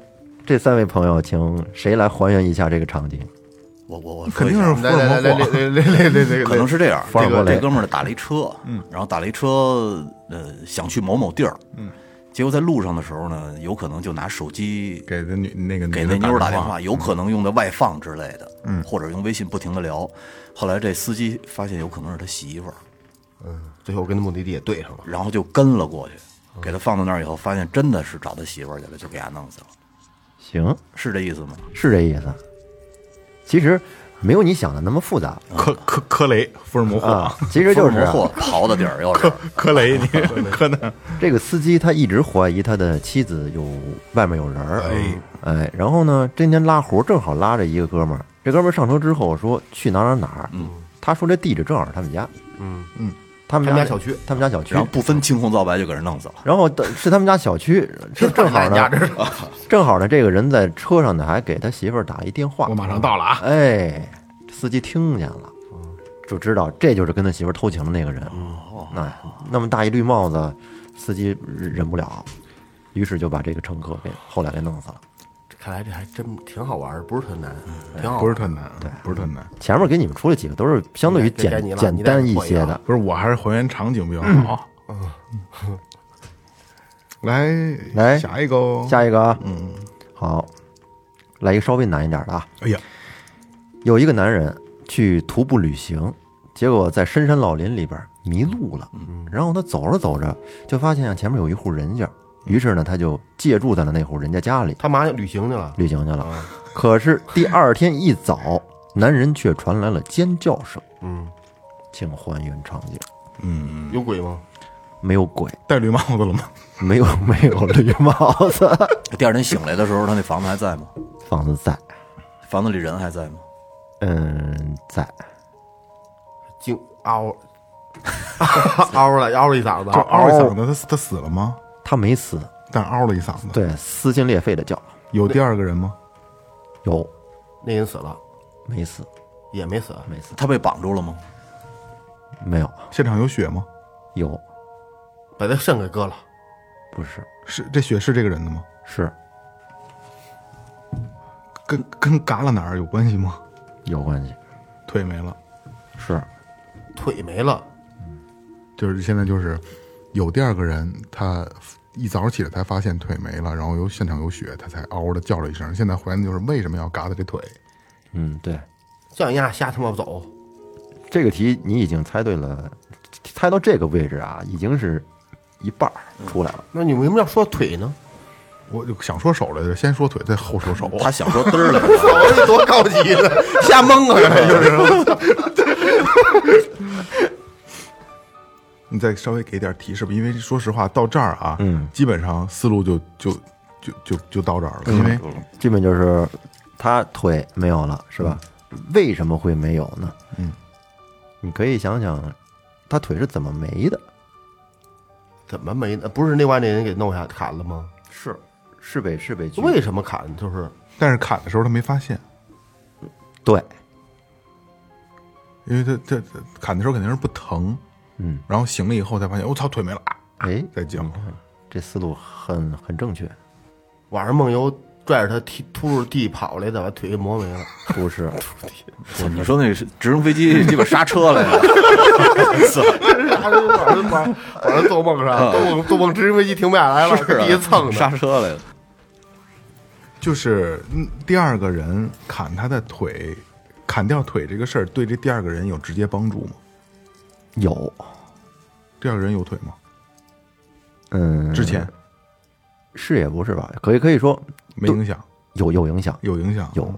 Speaker 3: 这三位朋友，请谁来还原一下这个场景？
Speaker 4: 我我我说
Speaker 1: 肯
Speaker 4: 一
Speaker 1: 定是
Speaker 4: 下啊，
Speaker 1: 福
Speaker 2: 来
Speaker 1: 尔
Speaker 2: 来来来
Speaker 1: 摩
Speaker 2: 来
Speaker 1: 霍。
Speaker 2: 来来来来，
Speaker 4: 可能是这样，
Speaker 3: 福尔
Speaker 4: 这
Speaker 3: 摩
Speaker 4: 个
Speaker 3: 雷
Speaker 4: 这哥们儿打了一车，嗯，然后打了一车，呃，想去某某地儿，嗯，结果在路上的时候呢，有可能就拿手机
Speaker 1: 给那女那个
Speaker 4: 给
Speaker 1: 女
Speaker 4: 那
Speaker 1: 的
Speaker 4: 妞儿打
Speaker 1: 电
Speaker 4: 电话，，有可能用的外放之类的，嗯，或者用微信不停的聊。后来这司机发现有可能是他媳妇儿，
Speaker 2: 最后跟他目的地也对上了。
Speaker 4: 然后就跟了过去，给他放到那儿以后，发现真的是找他媳妇儿去了，就给他弄死了，
Speaker 3: 行，
Speaker 4: 是这意思吗？
Speaker 3: 是这意思。其实没有你想的那么复杂
Speaker 1: 科科科雷，福尔摩
Speaker 3: 啊
Speaker 1: 霍，，
Speaker 3: 其实就是啊
Speaker 4: 货刨的底儿，又是
Speaker 1: 科雷，你柯南，
Speaker 3: 这个司机他一直怀疑他的妻子有外面有人儿，
Speaker 1: 哎
Speaker 3: 哎，然后呢，今天拉活正好拉着一个哥们儿，这哥们儿上车之后说去哪儿哪儿哪儿，他说这地址正好是他们家，
Speaker 2: 嗯
Speaker 3: 嗯，他们
Speaker 2: 他们
Speaker 3: 家
Speaker 2: 家小区，
Speaker 3: 他们家小区
Speaker 4: 然，后不分青红皂白就给人弄死了。
Speaker 3: 然后的是他们家小 区，正正好
Speaker 2: 家这
Speaker 3: 呢， 正好呢，这个人在车上呢还给他媳妇儿打一电话
Speaker 1: 我，马上到了啊！
Speaker 3: 哎，司机听见了，
Speaker 2: 哦
Speaker 3: 就知道这就是跟他媳妇儿偷情的那个人。那那么大一绿帽子，司机忍不了，于是就把这个乘客给后来给弄死了。
Speaker 2: 看来这还真挺好玩儿，不是特难，
Speaker 3: 嗯
Speaker 2: 挺好玩 儿。
Speaker 1: 不是特难，啊不是特难。
Speaker 3: 前面给你们出了几个都是相对于
Speaker 2: 该该
Speaker 3: 简
Speaker 2: 你了
Speaker 3: 简
Speaker 2: 你再
Speaker 3: 单一
Speaker 2: 说一
Speaker 3: 些
Speaker 2: 个
Speaker 3: 的，
Speaker 1: 不是，我还是还原场景比较好。嗯， 来
Speaker 3: 来
Speaker 1: 下一个哦，
Speaker 3: 下一个啊，嗯，好，来一个稍微难一点的啊。
Speaker 1: 哎呀，
Speaker 3: 有一个男人去徒步旅行，结果在深山老林里边迷路了。然后他走着走着，就发现啊前面有一户人家，于是呢，他就借住在了那户人家家里
Speaker 2: 他妈旅行去了，
Speaker 3: 旅行去了。可是第二天一早，男人却传来了尖叫声。
Speaker 2: 嗯，
Speaker 3: 请还原场景，嗯
Speaker 2: 有鬼吗？
Speaker 3: 没有鬼，
Speaker 1: 戴绿帽子了吗？
Speaker 3: 没有没有绿帽子，
Speaker 4: 第二天醒来的时候，他那房子还在吗？
Speaker 3: 房子在，
Speaker 4: 房子里人还在吗？
Speaker 3: 嗯，在，
Speaker 2: 惊嗷， 嗷了，嗷了一嗓子
Speaker 1: 就
Speaker 2: 啊，
Speaker 1: 嗷一嗓子，他他死了吗？
Speaker 3: 他没死，
Speaker 1: 但嗷了一嗓子。
Speaker 3: 对，撕心裂肺的叫，
Speaker 1: 有第二个人吗？
Speaker 3: 有
Speaker 2: 那人死了，
Speaker 3: 没死，
Speaker 2: 也没死，
Speaker 3: 没死，
Speaker 4: 他被绑住了吗？
Speaker 3: 没有，
Speaker 1: 现场有血吗？
Speaker 3: 有
Speaker 2: 把他肾给割了，
Speaker 3: 不是
Speaker 1: 是这血是这个人的吗？
Speaker 3: 是
Speaker 1: 跟跟嘎了哪儿有关系吗？
Speaker 3: 有关系，
Speaker 1: 腿没了，
Speaker 3: 是
Speaker 2: 腿没了，
Speaker 1: 就是现在就是有第二个人，他一早起来才发现腿没了，然后有现场有血，他才嗷的叫了一声。现在怀疑的就是为什么要嘎他这腿？
Speaker 3: 嗯，对，
Speaker 2: 降压瞎他妈走，
Speaker 3: 这个题你已经猜对了，猜到这个位置啊，已经是一半儿出来了，
Speaker 2: 那你为什么要说腿呢？
Speaker 1: 我就想说手来着，先说腿，再后说手。
Speaker 4: 他想说嘚儿来着，
Speaker 2: 这多高级的，瞎蒙啊！这就是
Speaker 1: 你再稍微给点提示吧，因为说实话，到这儿啊，
Speaker 3: 嗯，
Speaker 1: 基本上思路就就就就就到这儿了，因为
Speaker 3: 基本就是他腿没有了，是吧？为什么会没有呢？
Speaker 1: 嗯，
Speaker 3: 你可以想想，他腿是怎么没的？
Speaker 2: 怎么没呢？不是那把那人给弄下砍了吗？
Speaker 3: 是是北是北区，
Speaker 2: 为什么砍？就是
Speaker 1: 但是砍的时候他没发现，
Speaker 3: 对，
Speaker 1: 因为他他他砍的时候肯定是不疼，
Speaker 3: 嗯，
Speaker 1: 然后醒了以后才发现，我、操，腿没了，啊
Speaker 3: 哎，
Speaker 1: 再叫。
Speaker 3: 这思路很很正确，
Speaker 2: 晚上梦游拽着他踢秃噜地跑来的，把腿给磨没了。
Speaker 3: 不是
Speaker 4: 你说那是直升飞机鸡巴刹车了呀？
Speaker 2: 晚上晚晚上做梦是吧？做梦做梦直升飞机停不下来了，
Speaker 4: 是啊
Speaker 2: 第一蹭
Speaker 4: 刹
Speaker 2: 的。
Speaker 4: 车了呀？
Speaker 1: 就是嗯第二个人砍他的腿，砍掉腿这个事儿对这第二个人有直接帮助吗？
Speaker 3: 有，
Speaker 1: 第二个人有腿吗？
Speaker 3: 嗯，
Speaker 1: 之前
Speaker 3: 是也不是吧？可以可以说
Speaker 1: 没影响，
Speaker 3: 有有影响，
Speaker 1: 有影响。
Speaker 3: 有，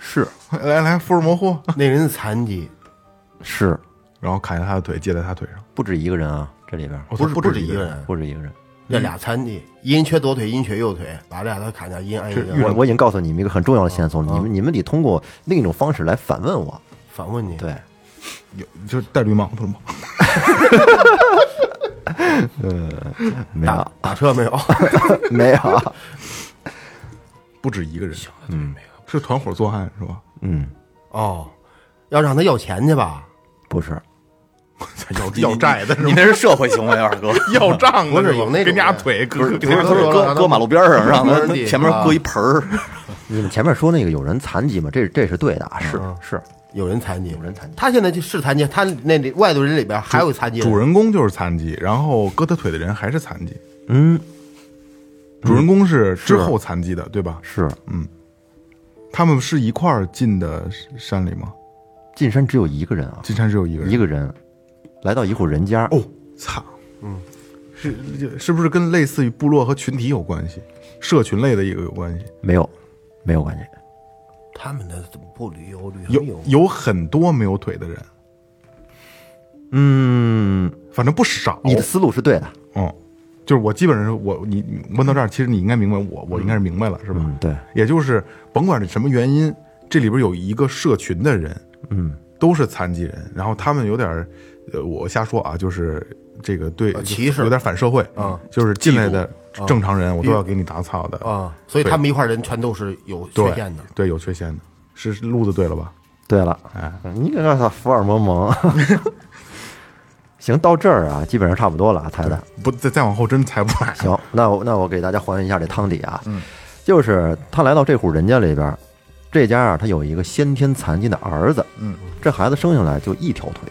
Speaker 3: 是
Speaker 1: 来来，福尔摩斯，
Speaker 2: 那人是残疾，
Speaker 3: 是
Speaker 1: 然后砍下他的腿，接在他腿上。
Speaker 3: 不止一个人啊，这里边
Speaker 1: 哦
Speaker 2: 不是
Speaker 1: 他
Speaker 2: 不
Speaker 1: 不
Speaker 2: 止一
Speaker 1: 一
Speaker 2: 个
Speaker 1: 人，
Speaker 2: 人，
Speaker 3: 不止一个人。
Speaker 2: 这俩残疾，一人缺左腿，一人缺右腿，把俩都砍下，一人挨一
Speaker 1: 这遇
Speaker 2: 个。
Speaker 3: 我我已经告诉你们一个很重要的线索，你们你们得通过另一种方式来反问我。
Speaker 2: 反问你，
Speaker 3: 对，
Speaker 1: 有就是戴绿帽子了吗？
Speaker 3: 没
Speaker 2: 打
Speaker 3: 有
Speaker 2: 打车没有？
Speaker 3: 没有，
Speaker 1: 不止一个人，嗯，是团伙作案是吧？
Speaker 3: 嗯，
Speaker 2: 哦，要让他要钱去吧？
Speaker 3: 不是，
Speaker 1: 要要债的是
Speaker 4: 你
Speaker 1: 吧？
Speaker 4: 那是社会行为，二哥。
Speaker 1: 要账的
Speaker 2: 不是
Speaker 1: 吧
Speaker 2: 有那种
Speaker 1: 给你俩
Speaker 2: 人
Speaker 1: 腿
Speaker 4: 不
Speaker 1: 割
Speaker 4: 是，不
Speaker 1: 丢
Speaker 4: 是，
Speaker 1: 了
Speaker 4: 他是搁搁马路边儿上，让他前面搁一盆儿。
Speaker 3: 你们前面说那个有人残疾嘛，这这是对的啊，是是，
Speaker 2: 有人残疾，有
Speaker 3: 人残疾
Speaker 2: 他现在就是残疾，他那里外头人里边还有残疾人
Speaker 1: 主人公就是残疾，然后割他腿的人还是残疾，
Speaker 3: 嗯
Speaker 1: 主人公是之后残疾的，对吧？
Speaker 3: 是，
Speaker 1: 他们是一块儿进的山里吗？
Speaker 3: 进山只有一个人啊，
Speaker 1: 进山只有一个人，
Speaker 3: 一个人来到一户人家，
Speaker 1: 哦，操，嗯，是是不是跟类似于部落和群体有关系？社群类的一个有关系，
Speaker 3: 没有没有关系，
Speaker 2: 他们的怎么不旅游？旅
Speaker 1: 有
Speaker 2: 游有
Speaker 1: 有很多没有腿的人，
Speaker 3: 嗯，
Speaker 1: 反正不少。
Speaker 3: 你的思路是对的，
Speaker 1: 嗯，就是我基本上是我你你问到这儿，其实你应该明白我，我应该是明白了，是吧？
Speaker 3: 嗯，对，
Speaker 1: 也就是甭管是什么原因，这里边有一个社群的人，
Speaker 3: 嗯，
Speaker 1: 都是残疾人，然后他们有点儿，呃，我瞎说啊，就是这个对
Speaker 2: 呃歧视
Speaker 1: 有点反社会，嗯，就是进来的正常
Speaker 2: 嗯
Speaker 1: 人，我都要给你打草的，
Speaker 2: 啊，所以他们一块人全都是有缺
Speaker 1: 对
Speaker 2: 陷的。
Speaker 1: 对，有缺陷的，是
Speaker 3: 哎
Speaker 1: 是路子对了吧？
Speaker 3: 对了，你给告诉他福尔摩蒙， 行，到这儿啊，基本上差不多了啊，彩蛋。
Speaker 1: 不再再往后真猜不出 来。
Speaker 3: 行，那我那我给大家还原一下这汤底啊，就是他来到这户人家里边儿，这家啊，他有一个先天残疾的儿子，
Speaker 1: 嗯，
Speaker 3: 这孩子生下来就一条腿，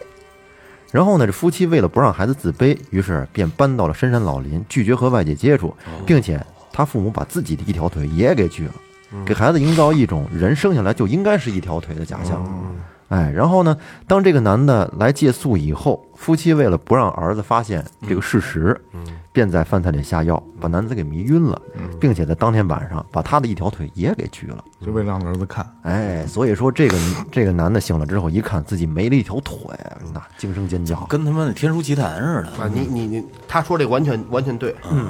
Speaker 3: 然后呢，这夫妻为了不让孩子自卑，于是便搬到了深山老林，拒绝和外界接触，并且他父母把自己的一条腿也给锯了，给孩子营造一种人生下来就应该是一条腿的假象。哎，然后呢？当这个男的来借宿以后，夫妻为了不让儿子发现这个事实，便在饭菜里下药，把男子给迷晕了，并且在当天晚上把他的一条腿也给锯了。
Speaker 1: 就为了让儿子看，
Speaker 3: 哎，所以说这个这个男的醒了之后，一看自己没了一条腿，那惊声尖叫。
Speaker 4: 跟他妈的天书奇谭似的。
Speaker 2: 啊，你你你，他说这个完全完全对，
Speaker 3: 嗯，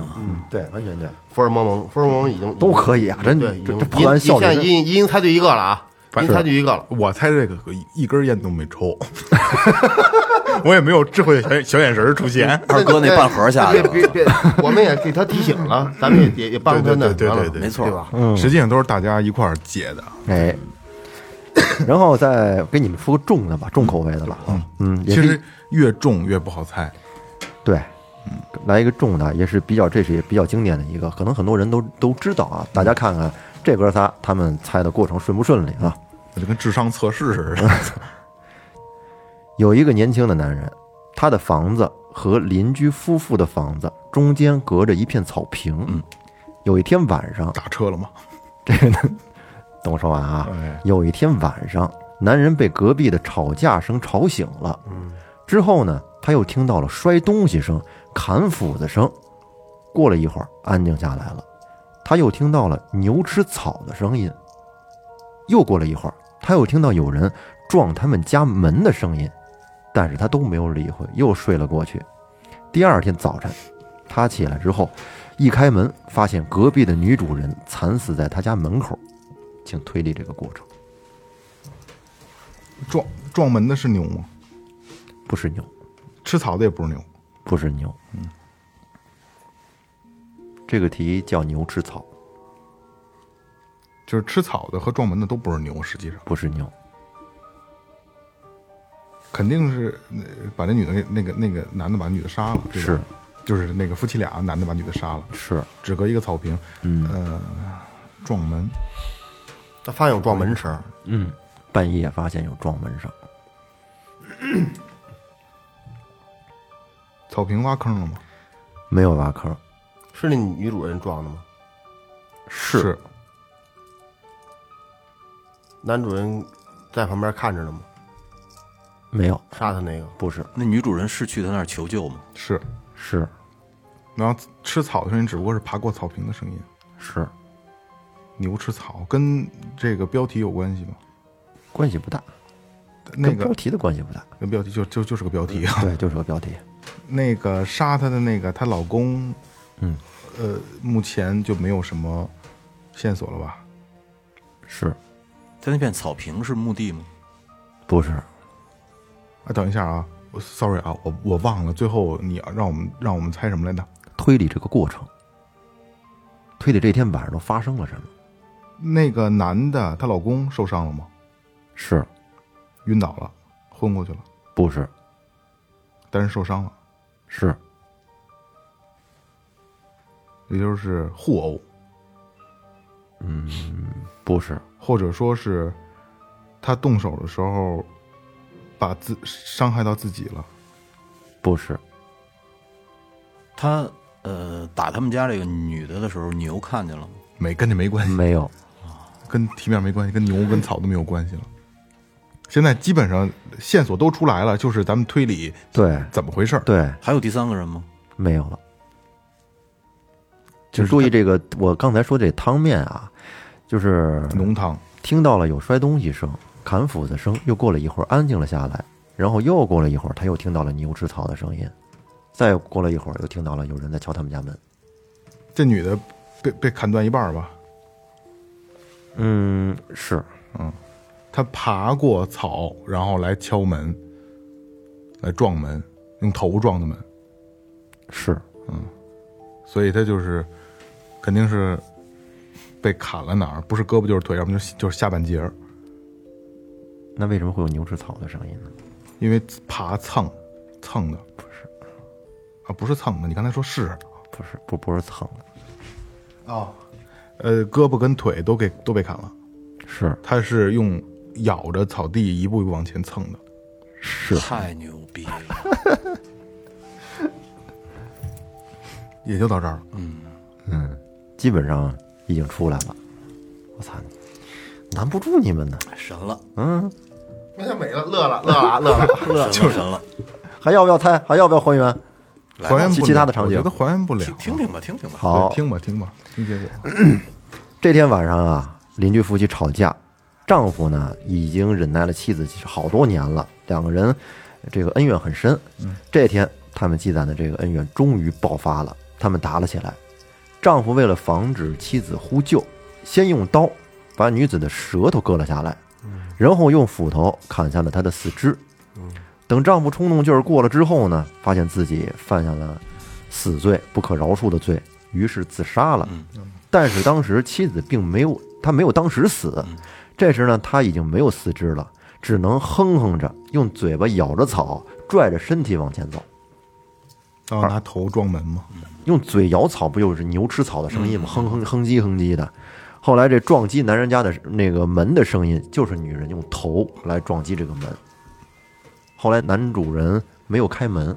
Speaker 3: 对，完全对，
Speaker 2: 福尔摩蒙，福尔摩蒙已经
Speaker 3: 都可以啊，真
Speaker 2: 对，
Speaker 3: 的
Speaker 2: 已，
Speaker 3: 这
Speaker 2: 经
Speaker 3: 这破案效
Speaker 2: 现
Speaker 3: 率
Speaker 2: 在
Speaker 3: 真
Speaker 2: 已经已经猜对一个了啊，已经猜对一个了。
Speaker 1: 我猜这个一根烟都没抽， 我也没有智慧的小小眼神儿出现。
Speaker 4: 二哥那半盒下来
Speaker 2: 别
Speaker 4: 了，
Speaker 2: 别别，我们也给他提醒了，咱们也也也帮他
Speaker 1: 对对
Speaker 2: 呢，
Speaker 1: 对
Speaker 2: 完了
Speaker 1: 对对
Speaker 4: 没错
Speaker 2: 对吧？
Speaker 3: 嗯
Speaker 1: 实际上都是大家一块儿解的。
Speaker 3: 哎。 然后再给你们说个重的吧，重口味的吧。嗯嗯，也
Speaker 1: 其
Speaker 3: 是
Speaker 1: 实越重越不好猜，
Speaker 3: 对，来一个重的，也是比较，这是也比较经典的一个，可能很多人都都知道啊。大家看看这哥仨他们猜的过程顺不顺利啊？
Speaker 1: 那就跟智商测试似的。
Speaker 3: 有一个年轻的男人，他的房子和邻居夫妇的房子中间隔着一片草坪。有一天晚上，
Speaker 1: 打车了 吗？
Speaker 3: 等我说完啊
Speaker 1: 哎。
Speaker 3: 有一天晚上，男人被隔壁的吵架声吵醒了。之后呢，他又听到了摔东西声、砍斧子声。过了一会儿，安静下来了。他又听到了牛吃草的声音。又过了一会儿，他又听到有人撞他们家门的声音，但是他都没有理会，又睡了过去。第二天早晨，他起来之后，一开门发现隔壁的女主人惨死在他家门口。请推理这个过程，
Speaker 1: 撞撞门的是牛吗？
Speaker 3: 不是牛，
Speaker 1: 吃草的也不是牛。
Speaker 3: 不是牛。嗯，这个题叫牛吃草，
Speaker 1: 就是吃草的和撞门的都不是牛，实际上
Speaker 3: 不是牛。
Speaker 1: 肯定是呃把那女的给那个那个男的把女的杀了，对吧
Speaker 3: 是，
Speaker 1: 就是那个夫妻俩男的把女的杀了，
Speaker 3: 是
Speaker 1: 只隔一个草坪，嗯，呃，撞门，
Speaker 2: 他发现有撞门声，
Speaker 3: 半夜发现有撞门声，
Speaker 1: 草坪挖坑了吗？
Speaker 3: 没有挖坑，
Speaker 2: 是那女主人撞的吗？
Speaker 1: 是，
Speaker 2: 男主人在旁边看着呢吗？
Speaker 3: 没有，
Speaker 2: 杀他那个
Speaker 3: 不是，
Speaker 4: 那女主人是去他那儿求救吗？
Speaker 1: 是，
Speaker 3: 是
Speaker 1: 然后吃草的声音只不过是爬过草坪的声音，
Speaker 3: 是，
Speaker 1: 牛吃草跟这个标题有关系吗？
Speaker 3: 关系不大，
Speaker 1: 那
Speaker 3: 跟标
Speaker 1: 个
Speaker 3: 题的关系不大。
Speaker 1: 跟标题就就就是个标题啊，
Speaker 3: 对，就是个标题，
Speaker 1: 那个杀她的那个她老公，
Speaker 3: 嗯，
Speaker 1: 呃，目前就没有什么线索了吧？
Speaker 3: 是
Speaker 4: 在那片草坪是墓地吗？
Speaker 3: 不是？
Speaker 1: 啊，等一下啊，我 sorry 啊，我我忘了，最后你让我们让我们猜什么来着？
Speaker 3: 推理这个过程，推理这天晚上都发生了什么？
Speaker 1: 那个男的，她老公受伤了吗？
Speaker 3: 是
Speaker 1: 晕倒了，昏过去了，
Speaker 3: 不是？
Speaker 1: 但是受伤了，
Speaker 3: 是
Speaker 1: 也就是互殴，
Speaker 3: 不是？
Speaker 1: 或者说是他动手的时候把自伤害到自己了。
Speaker 3: 不是？
Speaker 4: 他呃打他们家这个女的的时候，牛看见了吗？
Speaker 1: 没跟这没关系，
Speaker 3: 没有，
Speaker 1: 跟题面没关系，跟牛跟草都没有关系了。现在基本上线索都出来了，就是咱们推理
Speaker 3: 对
Speaker 1: 怎么回事儿。
Speaker 3: 对，
Speaker 4: 还有第三个人吗？
Speaker 3: 没有了。请注意这个，我刚才说这汤面啊，就是
Speaker 1: 浓汤，
Speaker 3: 听到了有摔东西声、砍斧子声，又过了一会儿安静了下来，然后又过了一会儿，他又听到了牛吃草的声音，再过了一会儿又听到了有人在敲他们家门。
Speaker 1: 这女的被被砍断一半儿吧？
Speaker 3: 嗯，是
Speaker 1: 她爬过草，然后来敲门，来撞门，用头撞的门，
Speaker 3: 是，
Speaker 1: 所以她就是肯定是被砍了哪儿，不是胳膊就是腿，要么就是就是下半截儿，
Speaker 3: 那为什么会有牛吃草的声音呢？
Speaker 1: 因为爬蹭蹭蹭的，不是啊，不是蹭的。你刚才说是
Speaker 3: 不是不不是蹭的，
Speaker 1: 哦，呃，胳膊跟腿都给都被砍了，
Speaker 3: 是
Speaker 1: 他是用咬着草地一步一步往前蹭的。
Speaker 3: 是
Speaker 4: 太牛逼了！
Speaker 1: 也就到这儿了，
Speaker 3: 嗯，基本上已经出来了。我操，难不住你们呢，
Speaker 4: 神了，
Speaker 2: 那就没了，乐了，乐了，乐了。
Speaker 4: 乐就是神了。
Speaker 3: 还要不要猜？还要不要还原？
Speaker 1: 还原不
Speaker 3: 其
Speaker 1: 了
Speaker 3: 其他的场景
Speaker 1: 我觉得还原不了。
Speaker 4: 听听听吧，听听吧。
Speaker 3: 好
Speaker 1: 对，听吧，听吧，听结
Speaker 3: 嗯
Speaker 1: 果。
Speaker 3: 这天晚上啊，邻居夫妻吵架，丈夫呢已经忍耐了妻子好多年了，两个人这个恩怨很深。这天他们积攒的这个恩怨终于爆发了，他们打了起来。丈夫为了防止妻子呼救，先用刀把女子的舌头割了下来，然后用斧头砍下了她的四肢。等丈夫冲动劲儿过了之后呢，发现自己犯下了死罪，不可饶恕的罪，于是自杀了。但是当时妻子并没有，他没有当时死。这时呢，他已经没有四肢了，只能哼哼着，用嘴巴咬着草，拽着身体往前走。
Speaker 1: 然后拿头撞门嘛，
Speaker 3: 用嘴咬草，不就是牛吃草的声音吗？哼哼哼唧哼唧的。后来这撞击男人家的那个门的声音，就是女人用头来撞击这个门。后来男主人没有开门，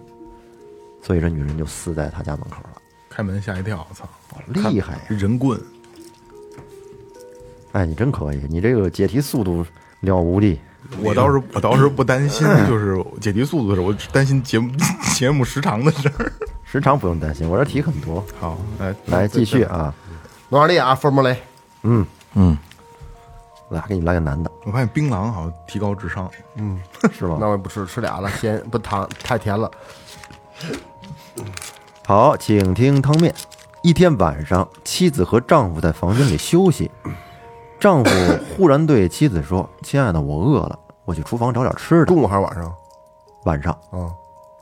Speaker 3: 所以这女人就死在他家门口了。
Speaker 1: 开门吓一跳，操，
Speaker 3: 厉害呀！
Speaker 1: 人棍，
Speaker 3: 哎，你真可以，你这个解题速度了无敌。
Speaker 1: 我倒是我倒是不担 心，就是解决速度的事儿，我只担心节目节目时长的事儿。
Speaker 3: 时常不用担心，我这题很多。
Speaker 2: 嗯
Speaker 1: 好，来
Speaker 3: 来，继续，啊，
Speaker 2: 罗尔利亚，佛摩雷，
Speaker 4: 嗯，
Speaker 3: 来给你来个男 的，
Speaker 1: 我发现槟榔好像提高智商，
Speaker 3: 是吗
Speaker 2: 那？我也不吃，吃俩了，咸不糖太甜了。
Speaker 3: 好，请听汤面。一天晚上，妻子和丈夫在房间里休息，丈夫忽然对妻子说：“亲爱的，我饿了，我去厨房找点吃的。
Speaker 2: 中午还是晚上？”
Speaker 3: 晚上，
Speaker 2: 啊，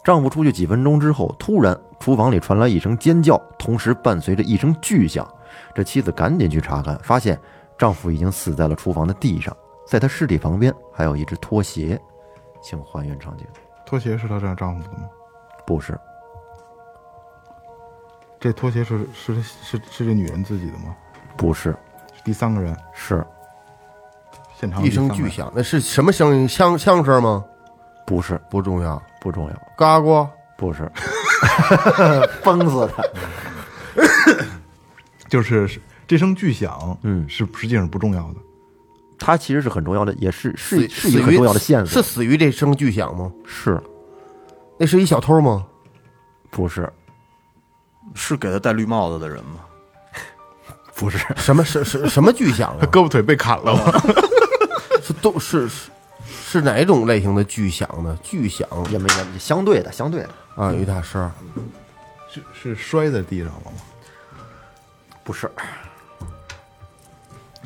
Speaker 3: 丈夫出去几分钟之后，突然厨房里传来一声尖叫，同时伴随着一声巨响。这妻子赶紧去查看，发现丈夫已经死在了厨房的地上，在他尸体旁边还有一只拖鞋。请还原场景。
Speaker 1: 拖鞋是她丈丈夫的吗？
Speaker 3: 不是，
Speaker 1: 这拖鞋是是是是这女人自己的吗？
Speaker 3: 不是，
Speaker 1: 是第三个人，
Speaker 3: 是
Speaker 1: 现场
Speaker 2: 一声巨，响，那是什么声音？枪枪声吗？
Speaker 3: 不是
Speaker 2: 不重要。
Speaker 3: 不重要，
Speaker 2: 嘎咕，
Speaker 3: 不是， 崩死他！
Speaker 1: 就是是这声巨响，
Speaker 3: 嗯
Speaker 1: 是实际上是不重要的。
Speaker 3: 他其实是很重要的，也是是
Speaker 2: 死
Speaker 3: 是一个很重要的线
Speaker 2: 死于
Speaker 3: 索，
Speaker 2: 是死于这声巨响吗？
Speaker 3: 是
Speaker 2: 那是一小偷吗？
Speaker 3: 不是
Speaker 4: 是给他戴绿帽子的人吗？
Speaker 3: 不是
Speaker 2: 什么什什什么巨响 啊？
Speaker 1: 胳膊腿被砍了吗？
Speaker 2: 是都是是是哪种类型的巨响呢？巨响
Speaker 3: 也没也相对的相对的
Speaker 2: 啊，于大师，
Speaker 1: 是是摔在地上了吗？
Speaker 3: 不是，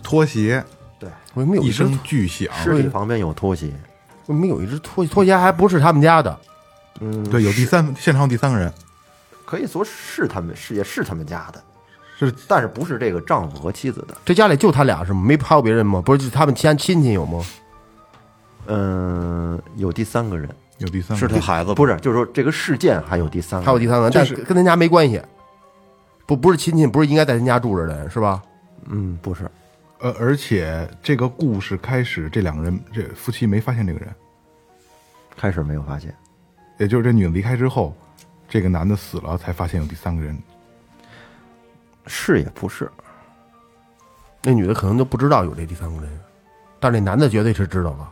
Speaker 1: 拖鞋
Speaker 3: 对，
Speaker 2: 为什么有
Speaker 1: 一
Speaker 2: 一只
Speaker 1: 声巨响，
Speaker 3: 尸体旁边有拖鞋，
Speaker 2: 为什么有一只拖拖鞋还不是他们家的？
Speaker 1: 对，有第三现场有第三个人，
Speaker 3: 可以说是他们是也是他们家的，
Speaker 1: 是
Speaker 3: 但是不是这个丈夫和妻子的？
Speaker 2: 这家里就他俩是吗？没还有别人吗？不是，就是他们其他亲戚有吗？
Speaker 3: 嗯，有第三个人，
Speaker 1: 有第三个
Speaker 4: 是
Speaker 1: 人
Speaker 4: 他孩子
Speaker 3: 不
Speaker 4: 嗯是？
Speaker 3: 是，就是说这个事件呃还有第三个人，
Speaker 2: 还有第三个，
Speaker 1: 就
Speaker 2: 但
Speaker 1: 是
Speaker 2: 跟他家没关系，不不是亲戚，不是应该在他家住着的人是吧？
Speaker 3: 嗯，不是
Speaker 1: 呃，而且这个故事开始，这两个人这夫妻没发现这个人，
Speaker 3: 开始没有发现，
Speaker 1: 也就是这女的离开之后，这个男的死了才发现有第三个人。
Speaker 3: 是也不是，
Speaker 2: 那女的可能就不知道有这第三个人，但是那男的绝对是知道了。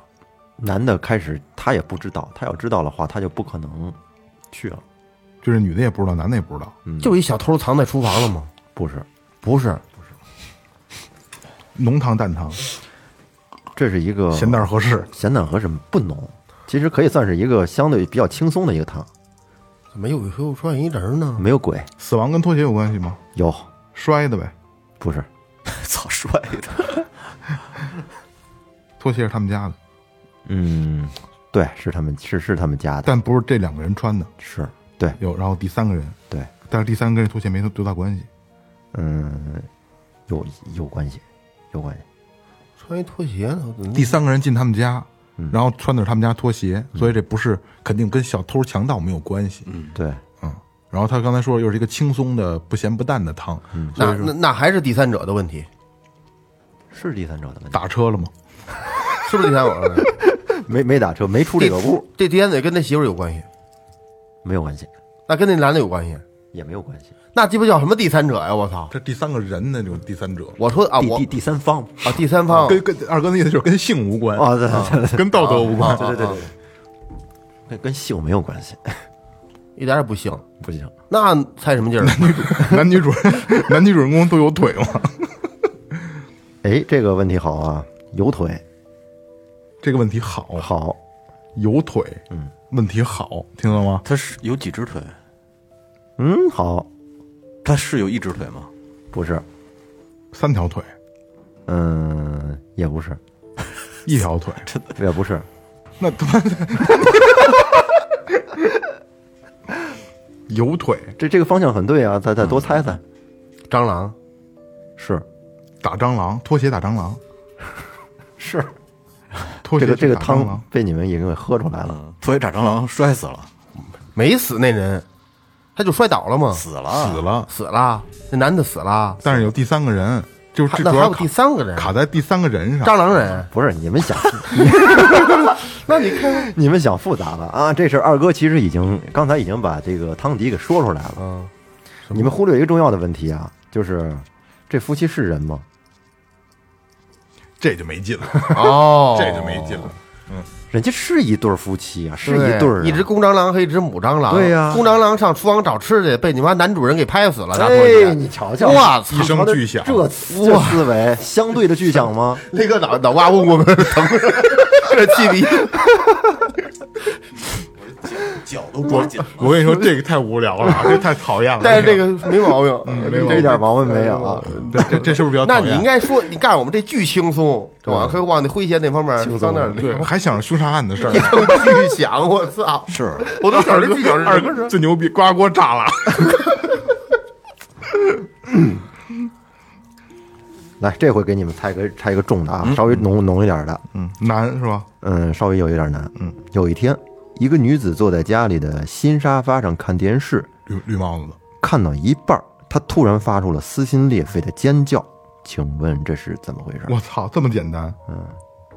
Speaker 3: 男的开始他也不知道，他要知道的话，他就不可能去了。
Speaker 1: 就是女的也不知道，男的也不知道。
Speaker 2: 就一小偷藏在厨房了吗？
Speaker 3: 不是，
Speaker 2: 不是，
Speaker 1: 浓汤淡汤，
Speaker 3: 这是一个
Speaker 1: 咸淡合适。
Speaker 3: 咸淡和什么不浓，其实可以算是一个相对比较轻松的一个汤，
Speaker 2: 怎么又又出现一人呢？
Speaker 3: 没有鬼，
Speaker 1: 死亡跟拖鞋有关系吗？
Speaker 3: 有
Speaker 1: 摔的呗，
Speaker 3: 不是
Speaker 4: 操，帅的！
Speaker 1: 拖鞋是他们家的，
Speaker 3: 嗯，对，是他们是是他们家的，
Speaker 1: 但不是这两个人穿的。
Speaker 3: 是对
Speaker 1: 有，然后第三个人，
Speaker 3: 对，
Speaker 1: 但是第三个人拖鞋没多多大关系。
Speaker 3: 嗯，有有关系，有关系，
Speaker 2: 穿一拖鞋呢？我怎么
Speaker 1: 第三个人进他们家，然后穿的是他们家拖鞋，所以这不是肯定跟小偷强盗没有关系。嗯
Speaker 3: 对，
Speaker 1: 然后他刚才说又是一个轻松的不咸不淡的汤，
Speaker 2: 那那那还是第三者的问题，
Speaker 3: 是第三者的问题，
Speaker 1: 打车了吗？
Speaker 2: 是不是第三者的问题？
Speaker 3: 没没打车，没出这个屋，
Speaker 2: 这第三者跟他媳妇儿有关系，
Speaker 3: 没有关系，
Speaker 2: 那跟那男的有关系，
Speaker 3: 也没有关系。
Speaker 2: 那鸡巴叫什么第三者呀？我操！
Speaker 1: 这第三个人的那种第三者，
Speaker 2: 我说啊，
Speaker 3: 第
Speaker 2: 我
Speaker 3: 第第三方
Speaker 2: 啊，第三方
Speaker 1: 跟跟二哥的意思就是跟性无关，
Speaker 3: 哦，对对对
Speaker 1: 跟道德无
Speaker 2: 啊
Speaker 1: 关。
Speaker 3: 对对对对，那跟性没有关系，
Speaker 2: 一点也不行，
Speaker 3: 不行。
Speaker 2: 那猜什么劲儿？啊
Speaker 1: 男女主男女主人公都有腿吗？
Speaker 3: 哎，这个问题好啊，有腿
Speaker 1: 这个问题好，
Speaker 3: 好，
Speaker 1: 有腿，嗯，问题好，听到吗？
Speaker 4: 他是有几只腿？
Speaker 3: 嗯，好，
Speaker 4: 他是有一只腿吗？
Speaker 3: 不是，
Speaker 1: 三条腿，
Speaker 3: 嗯，也不是，
Speaker 1: 一条腿，
Speaker 3: 也不是，
Speaker 1: 那他妈的有腿
Speaker 3: 这这个方向很对啊，再再多猜猜，
Speaker 2: 蟑螂
Speaker 3: 是
Speaker 1: 打蟑螂，拖鞋打蟑螂，
Speaker 3: 是，
Speaker 1: 拖
Speaker 3: 这
Speaker 1: 鞋
Speaker 3: 个这
Speaker 1: 去
Speaker 3: 个
Speaker 1: 打蟑
Speaker 3: 汤
Speaker 1: 螂，
Speaker 3: 被你们已经给喝出来了。
Speaker 4: 嗯，拖鞋打蟑螂摔死了，
Speaker 2: 没死那人，他就摔倒了吗？
Speaker 4: 死了，
Speaker 1: 死。了，
Speaker 2: 死了，那男的死了，
Speaker 1: 但是有第三个人，就是
Speaker 2: 还
Speaker 1: 这
Speaker 2: 那
Speaker 1: 主
Speaker 2: 还
Speaker 1: 要
Speaker 2: 有
Speaker 1: 卡
Speaker 2: 第三个人，
Speaker 1: 卡在第三个人上，
Speaker 2: 蟑螂人，
Speaker 3: 不是你们想，
Speaker 2: 那你看，
Speaker 3: 你们想复杂了啊！这事儿二哥其实已经刚才已经把这个汤底给说出来了。
Speaker 2: 嗯，
Speaker 3: 你们忽略一个重要的问题啊，就是这夫妻是人吗？
Speaker 1: 这就没劲了，
Speaker 2: 哦，
Speaker 1: 这就没劲了。
Speaker 3: 人家是一对儿夫妻啊，是
Speaker 2: 对
Speaker 3: 一对儿啊、
Speaker 2: 一只公蟑螂和一只母蟑螂。
Speaker 3: 对呀
Speaker 2: 公蟑螂上厨房找吃的，被你妈男主人给拍死了。大头
Speaker 3: 哎，
Speaker 2: 姐，
Speaker 3: 你瞧瞧，
Speaker 2: 哇
Speaker 1: 一声巨响
Speaker 3: 这思这思维相对的巨响吗？
Speaker 2: 那个脑脑瓜嗡嗡 的疼，这气鼻。
Speaker 4: 脚都抓紧了。
Speaker 1: 我跟你说，这个太无聊了，这太讨厌了。
Speaker 2: 但是这个嗯没毛病，嗯
Speaker 1: 没有
Speaker 3: 这点毛病没有啊，
Speaker 1: 这这这是不是比较
Speaker 2: 那
Speaker 1: 讨
Speaker 2: 你
Speaker 1: 厌
Speaker 2: 应该说，你告诉我们这巨轻松，对吧？可以往那诙谐那方面
Speaker 3: 轻松
Speaker 2: 放那儿
Speaker 1: 对，还想着凶杀案的事儿。
Speaker 2: 巨响，我操！
Speaker 4: 是，
Speaker 2: 我都想着巨 响是
Speaker 1: 二
Speaker 2: 什么
Speaker 1: 哥最牛逼，呱呱炸 了。
Speaker 3: 来，这回给你们猜个猜一个重的啊，稍微浓浓一点的，
Speaker 1: 嗯，难是吧？
Speaker 3: 嗯，稍微有一点难。嗯，有一天，一个女子坐在家里的新沙发上看电视，
Speaker 1: 绿绿帽子的，
Speaker 3: 看到一半儿，她突然发出了撕心裂肺的尖叫。请问这是怎么回事？
Speaker 1: 我操，这么简单？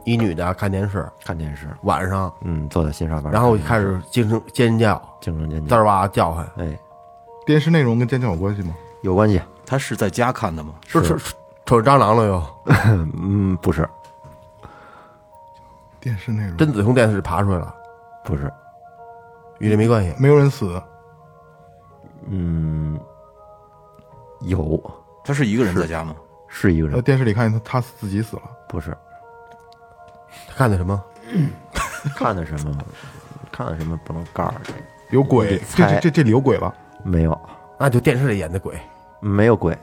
Speaker 2: 一女的看电视，
Speaker 3: 看电视，
Speaker 2: 晚上，
Speaker 3: 嗯，坐在新沙发上，
Speaker 2: 然后开始惊声尖叫，
Speaker 3: 惊声尖
Speaker 2: 滋
Speaker 3: 叫，
Speaker 2: 儿哇叫唤，
Speaker 3: 哎，
Speaker 1: 电视内容跟尖叫有关系吗？
Speaker 3: 有关系？
Speaker 4: 他是在家看的吗？
Speaker 2: 说瞅瞅着蟑螂了又。
Speaker 3: 嗯，不是，
Speaker 1: 电视内容
Speaker 2: 贞子从电视里爬出来了，
Speaker 3: 不是，
Speaker 2: 与这没关系。
Speaker 1: 没有人死，
Speaker 3: 嗯，有
Speaker 4: 他是一个人在家吗？
Speaker 3: 是一个
Speaker 1: 呃，
Speaker 3: 人，
Speaker 1: 电视里看见他他自己死了，
Speaker 3: 不是，
Speaker 2: 他看的什么？
Speaker 3: 看的什么？看的什么？不能告诉你，
Speaker 1: 有鬼，这
Speaker 3: 猜
Speaker 1: 这这这里有鬼了，
Speaker 3: 没有，
Speaker 2: 那就电视里演的鬼。
Speaker 3: 没有鬼，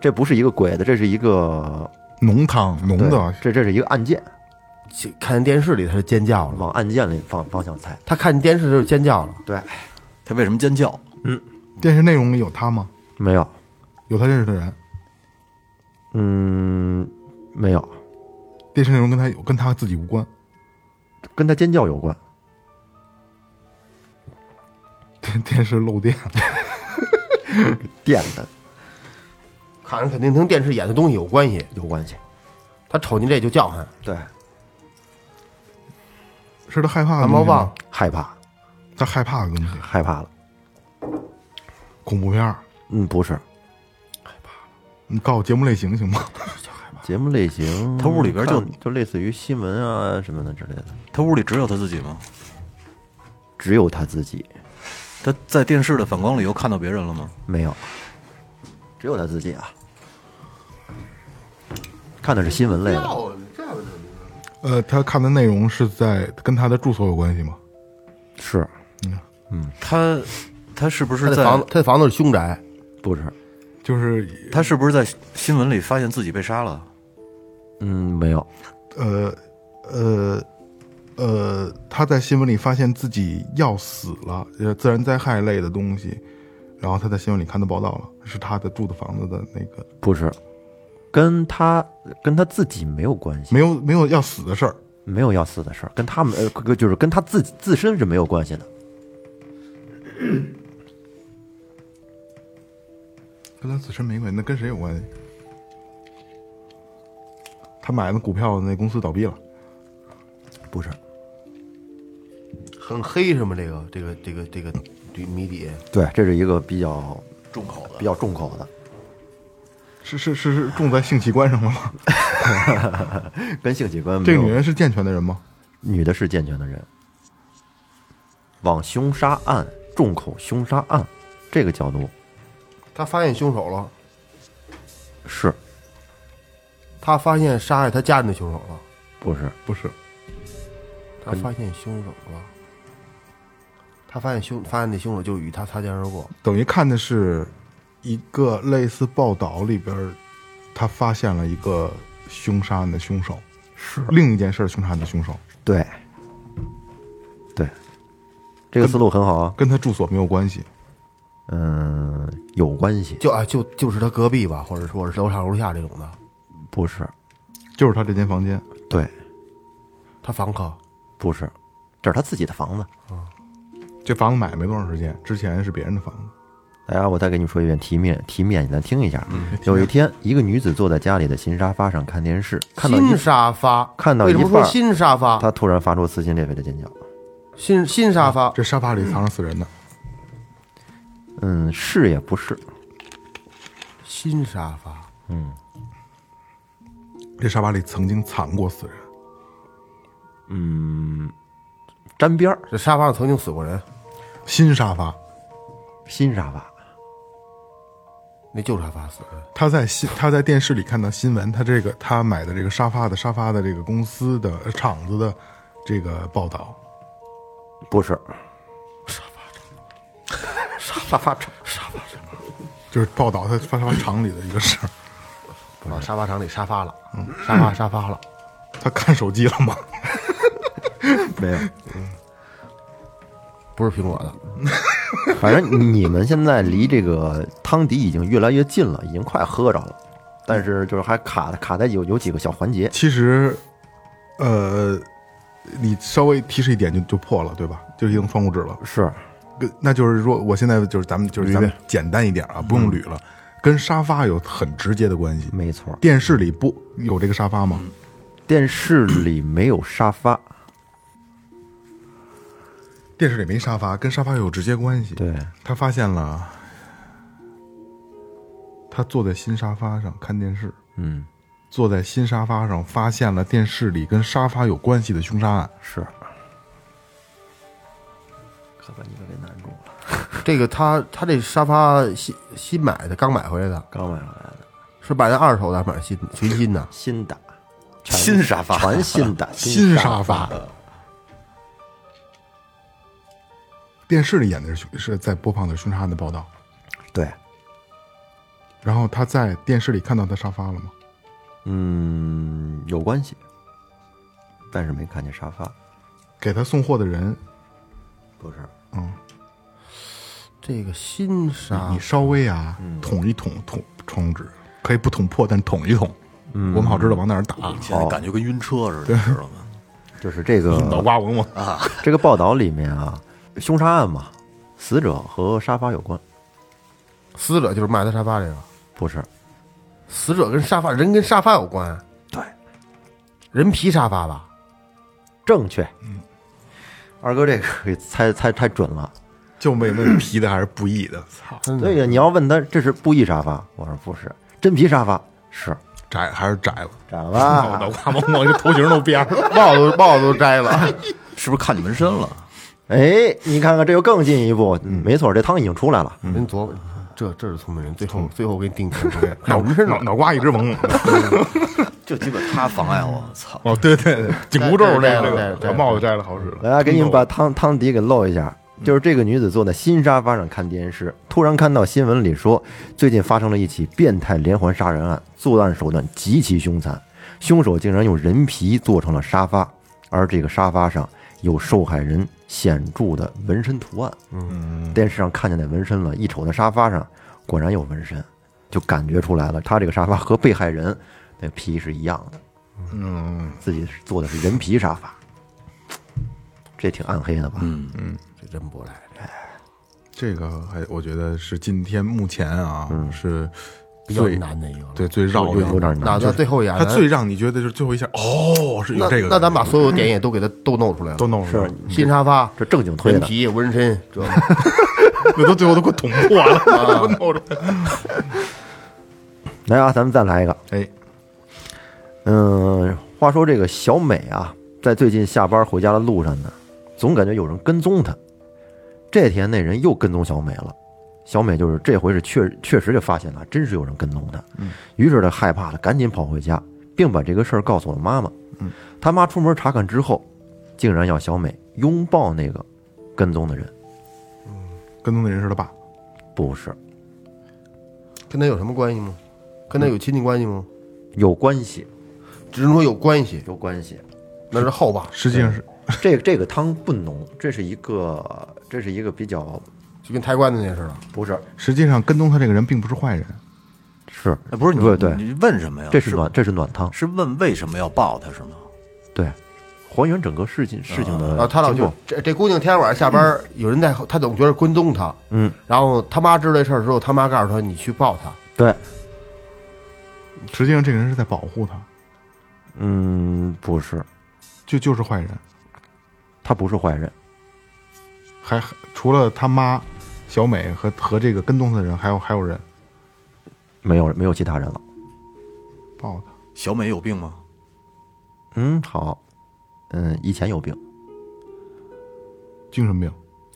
Speaker 3: 这不是一个鬼的，这是一个
Speaker 1: 浓汤浓
Speaker 3: 对
Speaker 4: 啊
Speaker 1: 的，啊
Speaker 3: 这这是一个案件，
Speaker 2: 看电视里他是尖叫了，
Speaker 3: 往案件里方方向猜。
Speaker 2: 他看电视就是尖叫了。
Speaker 3: 对，
Speaker 4: 他为什么尖叫？
Speaker 1: 电视内容里有他吗？
Speaker 3: 没有，
Speaker 1: 有他认识的人，
Speaker 3: 嗯，没有，
Speaker 1: 电视内容跟他有跟他自己无关，
Speaker 3: 跟他尖叫有关。
Speaker 1: 电 电视漏电，
Speaker 3: 电的
Speaker 2: 看着肯定跟电视演的东西有关系。
Speaker 3: 有关系，
Speaker 2: 他瞅见这就叫唤，
Speaker 3: 对，
Speaker 1: 是他害怕的
Speaker 2: 汗
Speaker 1: 东
Speaker 2: 毛
Speaker 1: 西吗
Speaker 2: 棒，
Speaker 3: 害怕，
Speaker 1: 他害怕的东西，
Speaker 3: 害怕了。
Speaker 1: 恐怖片儿。
Speaker 3: 嗯，不是，
Speaker 1: 你告诉我节目类型行吗？
Speaker 3: 节目类型，
Speaker 4: 他屋里边就
Speaker 3: 看就类似于新闻啊什么的之类的，
Speaker 4: 他屋里只有他自己吗？
Speaker 3: 只有他自己
Speaker 4: 他在电视的反光里又看到别人了吗？
Speaker 3: 没有，只有他自己啊。看的是新闻类的，
Speaker 1: 呃，他看的内容是在跟他的住所有关系吗？
Speaker 3: 是
Speaker 4: 他他是不
Speaker 2: 他
Speaker 4: 是
Speaker 2: 的
Speaker 4: 在
Speaker 2: 房子，他的房子是凶宅，
Speaker 3: 不是？
Speaker 1: 就是
Speaker 4: 他是不是在新闻里发现自己被杀了？
Speaker 3: 嗯，没有，
Speaker 1: 呃呃呃，他在新闻里发现自己要死了，呃，自然灾害类的东西，然后他在新闻里看到报道了，是他的住的房子的那个，
Speaker 3: 不是，跟他跟他自己没有关系，
Speaker 1: 没有没有要死的事儿，
Speaker 3: 没有要死的事儿，跟他们呃，跟就是跟他自己自身是没有关系的。
Speaker 1: 跟他自身没关系，那跟谁有关系？他买的股票那公司倒闭了，
Speaker 3: 不是，
Speaker 2: 很黑是吗？这个这个这个这个这个谜底，
Speaker 3: 对，这是一个比较
Speaker 4: 重口
Speaker 3: 比
Speaker 4: 的，
Speaker 3: 较重口的，
Speaker 1: 是是是是重在性器官上了 吗？
Speaker 3: 跟性器官没
Speaker 1: 这
Speaker 3: 有
Speaker 1: 个女人是健全的人吗？
Speaker 3: 女的是健全的人。往凶杀案、重口凶杀案这个角度
Speaker 2: 他发现凶手了，
Speaker 3: 是
Speaker 2: 他发现杀害他家人的凶手了，
Speaker 3: 不是？
Speaker 1: 不是，
Speaker 2: 他
Speaker 3: 嗯
Speaker 2: 发现凶手了，他发现凶发现那凶手就与他擦肩而过，
Speaker 1: 等于看的是一个类似报道里边儿，他发现了一个凶杀案的凶手，是另一件事儿凶杀案的凶手，
Speaker 3: 对，对，这个思路很好啊。
Speaker 1: 跟他住所没有关系。
Speaker 3: 嗯，有关系，
Speaker 2: 就啊就就是他隔壁吧，或者说是楼上楼下这种的，
Speaker 3: 不是？
Speaker 1: 就是他这间房间，
Speaker 3: 对，
Speaker 2: 他房客
Speaker 3: 不是，这是他自己的房子。
Speaker 1: 这房子买没多长时间，之前是别人的房子。
Speaker 3: 来啊，我再给你说一遍题面，题面你再听一下。有一天，一个女子坐在家里的新沙发上看电视，看到一
Speaker 2: 新沙发，
Speaker 3: 看到
Speaker 2: 为什
Speaker 3: 一
Speaker 2: 么说
Speaker 3: 半儿
Speaker 2: 新沙发？
Speaker 3: 她突然发出撕心裂肺的尖叫。
Speaker 2: 新新
Speaker 3: 啊
Speaker 2: 沙发，
Speaker 1: 这沙发里藏着死人呢，
Speaker 3: 嗯，是也不是，
Speaker 2: 新沙发，
Speaker 1: 这沙发里曾经藏过死人，
Speaker 3: 沾边儿，
Speaker 2: 这沙发上曾经死过人，
Speaker 1: 新沙发，
Speaker 3: 新沙发。
Speaker 2: 那旧沙发死人。
Speaker 1: 他在新他在电视里看到新闻，他这个他买的这个沙发的沙发的这个公司的呃厂子的这个报道，
Speaker 3: 不是，
Speaker 2: 沙发厂，沙发
Speaker 1: 就是报道他沙发厂里的一个事儿。
Speaker 2: 厂啊，沙发厂里沙发了，沙发沙发了，
Speaker 1: 他看手机了吗？
Speaker 3: 没有。
Speaker 2: 不是苹果的，
Speaker 3: 反正你们现在离这个汤底已经越来越近了，已经快喝着了，但是就是还卡卡在有有几个小环节。
Speaker 1: 其实，呃，你稍微提示一点就就破了，对吧？就已经窗户纸了。
Speaker 3: 是，
Speaker 1: 跟那就是说，我现在就是咱们就是咱们简单一点啊，不用捋了，跟沙发有很直接的关系。
Speaker 3: 没错。
Speaker 1: 电视里不有这个沙发吗？
Speaker 3: 电视里没有沙发，
Speaker 1: 电视里没沙发，跟沙发有直接关系。
Speaker 3: 对，
Speaker 1: 他发现了，他坐在新沙发上看电视，
Speaker 3: 嗯，
Speaker 1: 坐在新沙发上发现了电视里跟沙发有关系的凶杀案。
Speaker 3: 是。可把你们给难住了，
Speaker 2: 这个他他这沙发新新买的，刚买回来的，
Speaker 3: 刚买回来的，
Speaker 2: 是买的二手的，还是买新的全新的？
Speaker 3: 新的，全
Speaker 4: 新沙发
Speaker 3: 全新的，
Speaker 1: 新
Speaker 3: 沙
Speaker 1: 沙发，电视里演的是是在播放的凶杀案的报道，
Speaker 3: 对，
Speaker 1: 然后他在电视里看到他沙发了吗？
Speaker 3: 嗯，有关系，但是没看见沙发，
Speaker 1: 给他送货的人，
Speaker 3: 不是，
Speaker 1: 嗯，
Speaker 2: 这个新沙
Speaker 1: 你稍微啊捅一捅捅捅指，可以不捅破，但捅一捅，我们好知道往哪儿打。
Speaker 4: 现在感觉跟晕车似的，你知道吗？
Speaker 3: 就是这个
Speaker 1: 脑瓜嗡嗡，
Speaker 3: 这个报道里面啊，凶杀案嘛，死者和沙发有关，
Speaker 2: 死者就是卖他沙发这个，
Speaker 3: 不是，
Speaker 2: 死者跟沙发人跟沙发有关，
Speaker 3: 对，
Speaker 2: 人皮沙发吧？
Speaker 3: 正确。二哥这个给猜猜太准了。
Speaker 1: 就为问皮的还是不易的， 操，
Speaker 2: 真的
Speaker 3: 对呀，你要问他这是布艺沙发，我说不是，真皮沙发是。
Speaker 1: 窄还是窄了，
Speaker 3: 咋
Speaker 1: 脑
Speaker 3: 了？
Speaker 1: 脑瓜嗡嗡，这头型都变了。
Speaker 2: 帽子 帽子都摘了，
Speaker 4: 是不是看你纹身了？
Speaker 3: 哎，你看看这又更进一步，
Speaker 2: 嗯
Speaker 3: 没错，这汤已经出来了。
Speaker 2: 人琢磨，这这是聪明人，最
Speaker 1: 嗯
Speaker 2: 后最后给你定全 出来，
Speaker 1: 脑门脑脑瓜一直嗡嗡。
Speaker 4: 就鸡巴他妨碍我，操！
Speaker 1: 哦，对对对，紧箍咒那
Speaker 2: 摘了摘
Speaker 1: 个
Speaker 2: 了，摘
Speaker 1: 把
Speaker 2: 了
Speaker 1: 帽子摘了好使了。哎
Speaker 3: 来，给你嗯们把汤汤底给露一下。就是这个女子坐在新沙发上看电视，突然看到新闻里说，最近发生了一起变态连环杀人案，作案手段极其凶残，凶手竟然用人皮做成了沙发，而这个沙发上有受害人显著的纹身图案。嗯，电视上看见那纹身了，一瞅那沙发上果然有纹身，就感觉出来了，他这个沙发和被害人那皮是一样的。
Speaker 1: 嗯，
Speaker 3: 自己做的是人皮沙发，这挺暗黑的吧？嗯，
Speaker 2: 这真不赖，
Speaker 1: 这个还我觉得是今天目前啊、是
Speaker 2: 比较
Speaker 1: 最
Speaker 2: 难的一个了。
Speaker 1: 对最绕
Speaker 3: 有
Speaker 1: 的。
Speaker 3: 有点
Speaker 2: 那
Speaker 3: 难。
Speaker 2: 那最后一眼，
Speaker 1: 它最让你觉得就是最后一下，哦，是有
Speaker 2: 那
Speaker 1: 这个感觉。
Speaker 2: 那咱把所有点也都给它都弄出来了，
Speaker 1: 都弄出来
Speaker 3: 是
Speaker 1: 了，
Speaker 2: 新沙发、
Speaker 3: 这正经推
Speaker 2: 人
Speaker 3: 的，
Speaker 2: 皮、纹身，这
Speaker 1: 那都最后都快捅破了，都弄出来。
Speaker 3: 来啊，咱们再来一个。
Speaker 1: 哎，
Speaker 3: 嗯，话说这个小美啊，在最近下班回家的路上呢，总感觉有人跟踪她。这天那人又跟踪小美了，小美就是这回是确确实给发现了，真是有人跟踪她。于是她害怕了，赶紧跑回家，并把这个事儿告诉了妈妈。她妈出门查看之后，竟然要小美拥抱那个跟踪的人，
Speaker 1: 跟踪的人是他爸，
Speaker 3: 不是
Speaker 2: 跟他有什么关系吗？跟他有亲戚关系吗？
Speaker 3: 有关系，
Speaker 2: 只能说有关系，
Speaker 3: 有关系。
Speaker 2: 那是后爸，
Speaker 1: 实际上是
Speaker 3: 这这个汤不浓，这是一个这是一个比较
Speaker 2: 就跟抬棺材那似的。
Speaker 3: 不是
Speaker 1: 实际上跟踪他这个人并不是坏人，
Speaker 3: 是
Speaker 4: 哎不是你
Speaker 3: 对对
Speaker 4: 你问什么呀？
Speaker 3: 这是
Speaker 4: 是
Speaker 3: 暖，这是暖汤，
Speaker 4: 是问为什么要抱他是吗？
Speaker 3: 对，还原整个事情事情的
Speaker 2: 然后啊他老
Speaker 3: 经
Speaker 2: 就
Speaker 3: 过。
Speaker 2: 这这姑娘天天晚上下班，有人在后，他总觉得跟踪她。
Speaker 3: 嗯，
Speaker 2: 然后他妈知道这事儿之后，他妈告诉他你去抱她。
Speaker 3: 对，
Speaker 1: 实际上这个人是在保护他，
Speaker 3: 嗯，不是，
Speaker 1: 就就是坏人。
Speaker 3: 他不是坏人，
Speaker 1: 还除了他妈小美和和这个跟踪他的人，还有还有人
Speaker 3: 没有没有其他人了。
Speaker 1: 抱他。
Speaker 4: 小美有病吗？
Speaker 3: 嗯，好，嗯，以前有病，
Speaker 1: 精神病，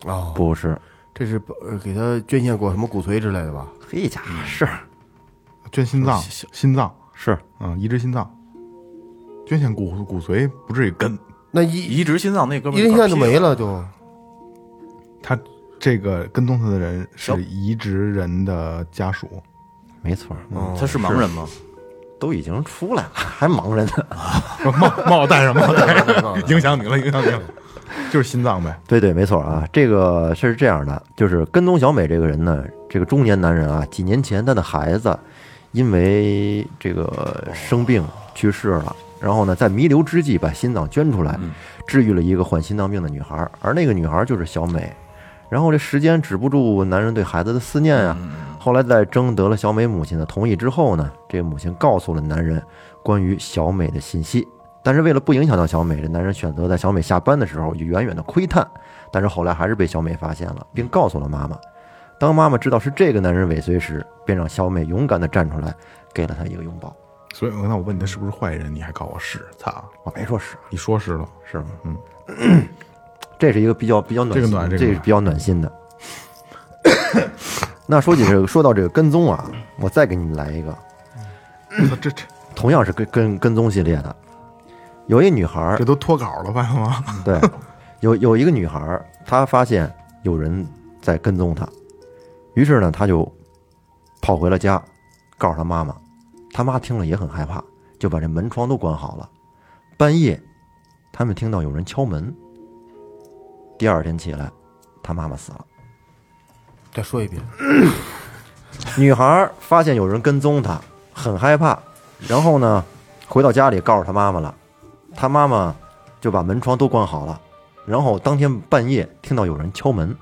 Speaker 2: 哦，
Speaker 3: 不是，
Speaker 2: 这是呃给他捐献过什么骨髓之类的吧？
Speaker 3: 嘿家伙嗯是
Speaker 1: 捐心
Speaker 4: 哦
Speaker 1: 脏，心脏，
Speaker 3: 是
Speaker 1: 嗯，移植心脏，捐献骨骨髓不至于跟
Speaker 2: 那一
Speaker 4: 移植心脏那哥们
Speaker 2: 一
Speaker 4: 儿
Speaker 2: 人现在
Speaker 4: 嗝
Speaker 2: 就
Speaker 4: 屁
Speaker 2: 没了，就
Speaker 1: 他这个跟踪他的人
Speaker 4: 小
Speaker 1: 是移植人的家属，嗯
Speaker 3: 没错儿，
Speaker 4: 嗯 他是盲人吗？
Speaker 3: 都已经出来了，还盲人呢。
Speaker 1: 帽帽戴上，帽戴上，影响你了，影响你了，就是心脏呗，
Speaker 3: 对对，没错啊，这个是这样的，就是跟踪小美这个人呢，这个中年男人啊，几年前他的孩子因为这个生病去世了，然后呢，在弥留之际把心脏捐出来，治愈了一个患心脏病的女孩儿，而那个女孩儿就是小美。然后这时间止不住男人对孩子的思念啊，后来在征得了小美母亲的同意之后呢，这母亲告诉了男人关于小美的信息。但是为了不影响到小美，这男人选择在小美下班的时候就远远的窥探，但是后来还是被小美发现了，并告诉了妈妈。当妈妈知道是这个男人尾随时，便让小美勇敢的站出来，给了他一个拥抱。
Speaker 1: 所以那我问你，他是不是坏人？你还告诉我是，操，
Speaker 3: 我没说是
Speaker 1: 你说 是了，
Speaker 3: 是吗？
Speaker 1: 嗯，
Speaker 3: 这是一个比较比较暖心
Speaker 1: 这个暖这个
Speaker 3: 这是
Speaker 1: 暖
Speaker 3: 比较暖心的。 那说起这个，说到这个跟踪啊，我再给你们来一个，
Speaker 1: 操这这
Speaker 3: 同样是跟跟跟踪系列的。有一女孩儿
Speaker 1: 这，都脱稿了，发现吗？
Speaker 3: 对，有有一个女孩儿，她发现有人在跟踪她，于是呢，她就跑回了家，告诉她妈妈。她妈听了也很害怕，就把这门窗都关好了。半夜，他们听到有人敲门。第二天起来，她妈妈死了。
Speaker 2: 再说一遍，
Speaker 3: 女孩儿发现有人跟踪她，很害怕，然后呢，回到家里告诉她妈妈了，她妈妈就把门窗都关好了，然后当天半夜听到有人敲门，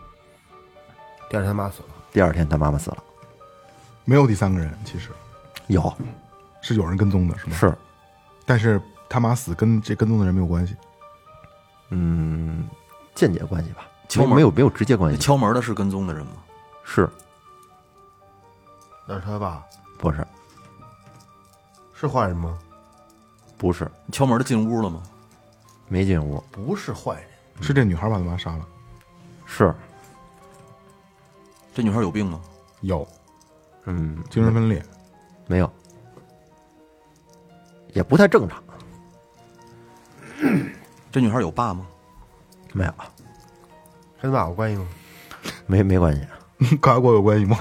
Speaker 2: 第二天他妈死了。
Speaker 3: 第二天她妈妈死了。
Speaker 1: 没有第三个人，其实
Speaker 3: 有
Speaker 1: 是有人跟踪的，是吗？
Speaker 3: 是，
Speaker 1: 但是他妈死跟这跟踪的人没有关系，
Speaker 3: 嗯，间接关系吧，
Speaker 4: 敲门
Speaker 3: 没没有没有直接关
Speaker 4: 那
Speaker 3: 系，
Speaker 4: 敲门的是跟踪的人吗？
Speaker 3: 是
Speaker 2: 那是他爸
Speaker 3: 不是
Speaker 2: 是坏人吗？
Speaker 3: 不是
Speaker 4: 敲门的进屋了吗？
Speaker 3: 没进屋，
Speaker 2: 不是坏人，
Speaker 1: 是这女孩把他妈杀了，
Speaker 3: 是
Speaker 4: 这女孩有病吗？
Speaker 1: 有
Speaker 3: 嗯
Speaker 1: 精神分裂，
Speaker 3: 没有，也不太正常，
Speaker 4: 这女孩有爸吗？
Speaker 3: 没有
Speaker 2: 跟他爸有关系吗？
Speaker 3: 没没关系，
Speaker 1: 跟阿国有关系 吗？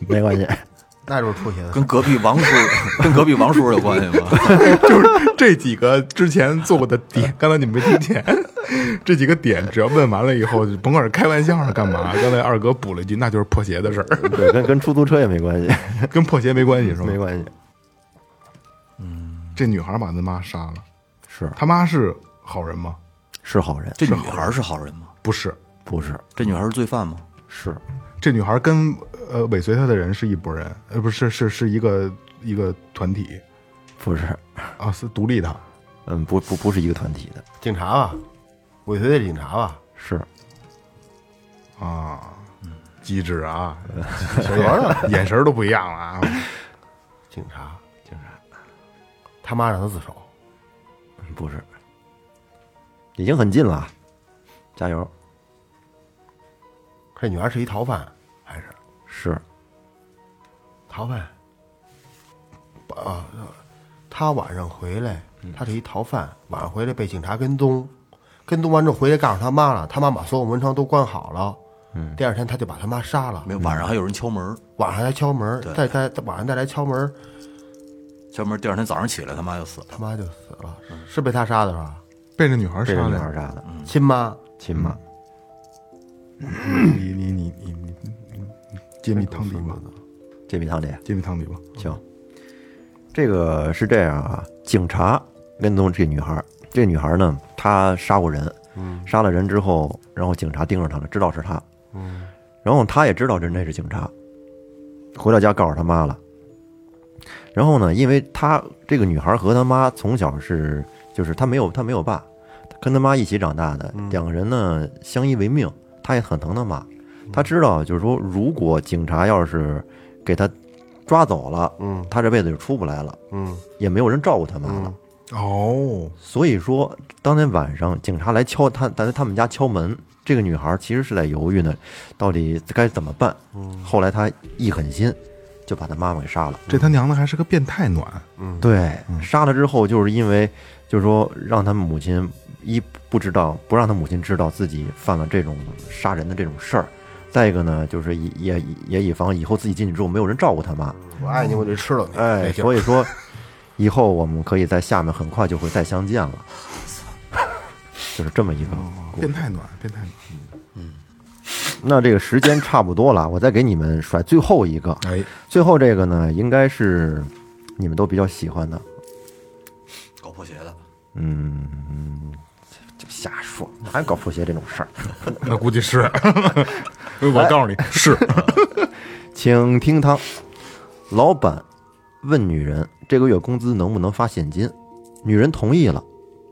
Speaker 3: 没 关系，
Speaker 2: 那就是出血的。
Speaker 4: 跟隔壁 王叔，跟隔壁王叔有关系吗？
Speaker 1: 就是这几个之前做过的点， 刚才你没听见，这几个点只要问完了以后，甭管是开玩笑是干 嘛，刚才二哥补了一句，那就是破鞋的事 儿，
Speaker 3: 对，跟跟出租车也没关系，
Speaker 1: 跟破鞋没关系是吗？
Speaker 3: 没关系。
Speaker 1: 这女孩把他妈杀了，
Speaker 3: 是
Speaker 1: 他妈是好人吗？
Speaker 3: 是好人，
Speaker 4: 这女孩是好人吗？
Speaker 1: 不是，
Speaker 3: 不是
Speaker 4: 这女孩是罪犯吗？
Speaker 3: 是
Speaker 1: 这女孩跟呃尾随她的人是一拨人，呃，不是是是一个一个团体
Speaker 3: 不是？
Speaker 1: 啊，是独立的。
Speaker 3: 嗯，不不不是一个团体的，
Speaker 2: 警察吧，尾随的警察吧，
Speaker 3: 是
Speaker 1: 啊，机智啊，小眼儿眼神儿都不一样了啊。
Speaker 2: 警察，警察，他妈让他自首，
Speaker 3: 嗯不是？已经很近了，啊加油！
Speaker 2: 这女孩是一逃犯还是
Speaker 3: 是
Speaker 2: 逃犯？啊，他晚上回来，他是一逃犯，晚上回来被警察跟踪，跟踪完之后回来告诉他妈了，他妈把所有门窗都关好了。嗯，第二天他就把他妈杀了
Speaker 4: 没，有，晚上还有人敲门，
Speaker 2: 晚上来敲门，
Speaker 4: 对
Speaker 2: 再再晚上再来敲门，
Speaker 4: 敲门，第二天早上起来他妈就死了。
Speaker 2: 他妈就死了，是被他杀的是吧？
Speaker 1: 被这女孩
Speaker 3: 被这
Speaker 1: 杀
Speaker 3: 女
Speaker 1: 的
Speaker 3: 孩
Speaker 1: 呀，
Speaker 3: 杀的，
Speaker 2: 亲妈，
Speaker 3: 亲妈，
Speaker 1: 你你你你你你揭秘汤底吧，
Speaker 3: 揭秘汤底。
Speaker 1: 揭秘汤底吧。
Speaker 3: 行，这个是这样啊，警察跟踪这女孩儿，这女孩儿呢，她杀过人，杀了人之后，然后警察盯上她了，知道是她，然后她也知道这那是警察，回到家告诉她妈了。然后呢，因为她这个女孩儿和她妈从小是，就是她没有她没有爸，跟她妈一起长大的，两个人呢相依为命，她也很疼她妈。她知道，就是说，如果警察要是给她抓走了，
Speaker 2: 嗯
Speaker 3: 他这辈子就出不来了，
Speaker 2: 嗯
Speaker 3: 也没有人照顾他妈了。
Speaker 1: 哦，
Speaker 3: 所以说，当天晚上警察来敲他，在他们家敲门，这个女孩其实是在犹豫呢，到底该怎么办。
Speaker 2: 嗯
Speaker 3: 后来她一狠心，就把她妈妈给杀了。
Speaker 1: 这他娘的还是个变态暖，
Speaker 2: 嗯
Speaker 3: 对，杀了之后，就是因为就是说让他母亲一不知道，不让他母亲知道自己犯了这种杀人的这种事儿。再一个呢，就是以也也以防以后自己进去之后没有人照顾他妈，
Speaker 2: 我爱你，我就吃了你。
Speaker 3: 哎，
Speaker 2: 所
Speaker 3: 所
Speaker 2: 以
Speaker 3: 以说，以后我们可以在下面很快就会再相见了， 就是这么一个故事。
Speaker 1: 变态暖，变态暖。
Speaker 3: 那这个时间差不多了，我再给你们甩最后一个，
Speaker 1: 哎，
Speaker 3: 最后这个呢，应该是你们都比较喜欢的，
Speaker 4: 搞破鞋的，
Speaker 3: 就瞎说，哪有搞破鞋这种事儿？
Speaker 1: 那估计是。我告诉你是，
Speaker 3: 请听汤，老板问女人这个月工资能不能发现金，女人同意了，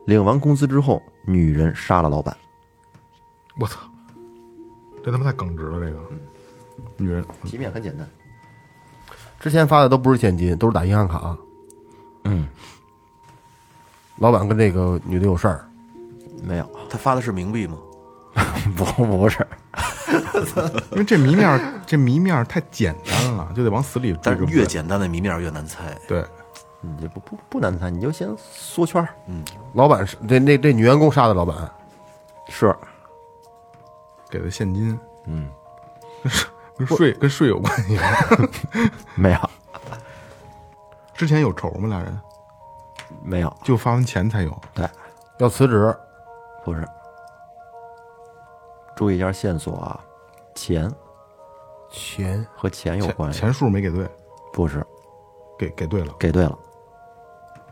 Speaker 3: 领完工资之后，女人杀了老板。
Speaker 1: 我操，这他妈太耿直了，这个女人。
Speaker 3: 题面很简单，
Speaker 2: 之前发的都不是现金，都是打银行卡。嗯，老板跟这个女的有事儿，
Speaker 3: 没有，
Speaker 4: 他发的是冥币吗？
Speaker 3: 不不是。
Speaker 1: 因为这谜面儿，这谜面儿太简单了，就得往死里追。
Speaker 4: 但是
Speaker 1: 对不对
Speaker 4: 越简单的谜面越难猜。
Speaker 1: 对，
Speaker 3: 你这不不不难猜，你就先缩圈儿。
Speaker 2: 老板是这那这女员工杀的老板，
Speaker 3: 是，
Speaker 1: 给的现金， 嗯，跟税跟税有关系吗。
Speaker 3: 没有，
Speaker 1: 之前有仇吗？俩人
Speaker 3: 没有，
Speaker 1: 就发完钱才有。
Speaker 3: 对，
Speaker 2: 要辞职，
Speaker 3: 不是。注意一下线索啊，钱
Speaker 2: 钱
Speaker 3: 和钱有
Speaker 1: 钱
Speaker 3: 关系，
Speaker 1: 钱数没给对，
Speaker 3: 不是
Speaker 1: 给给对了。
Speaker 3: 给对了，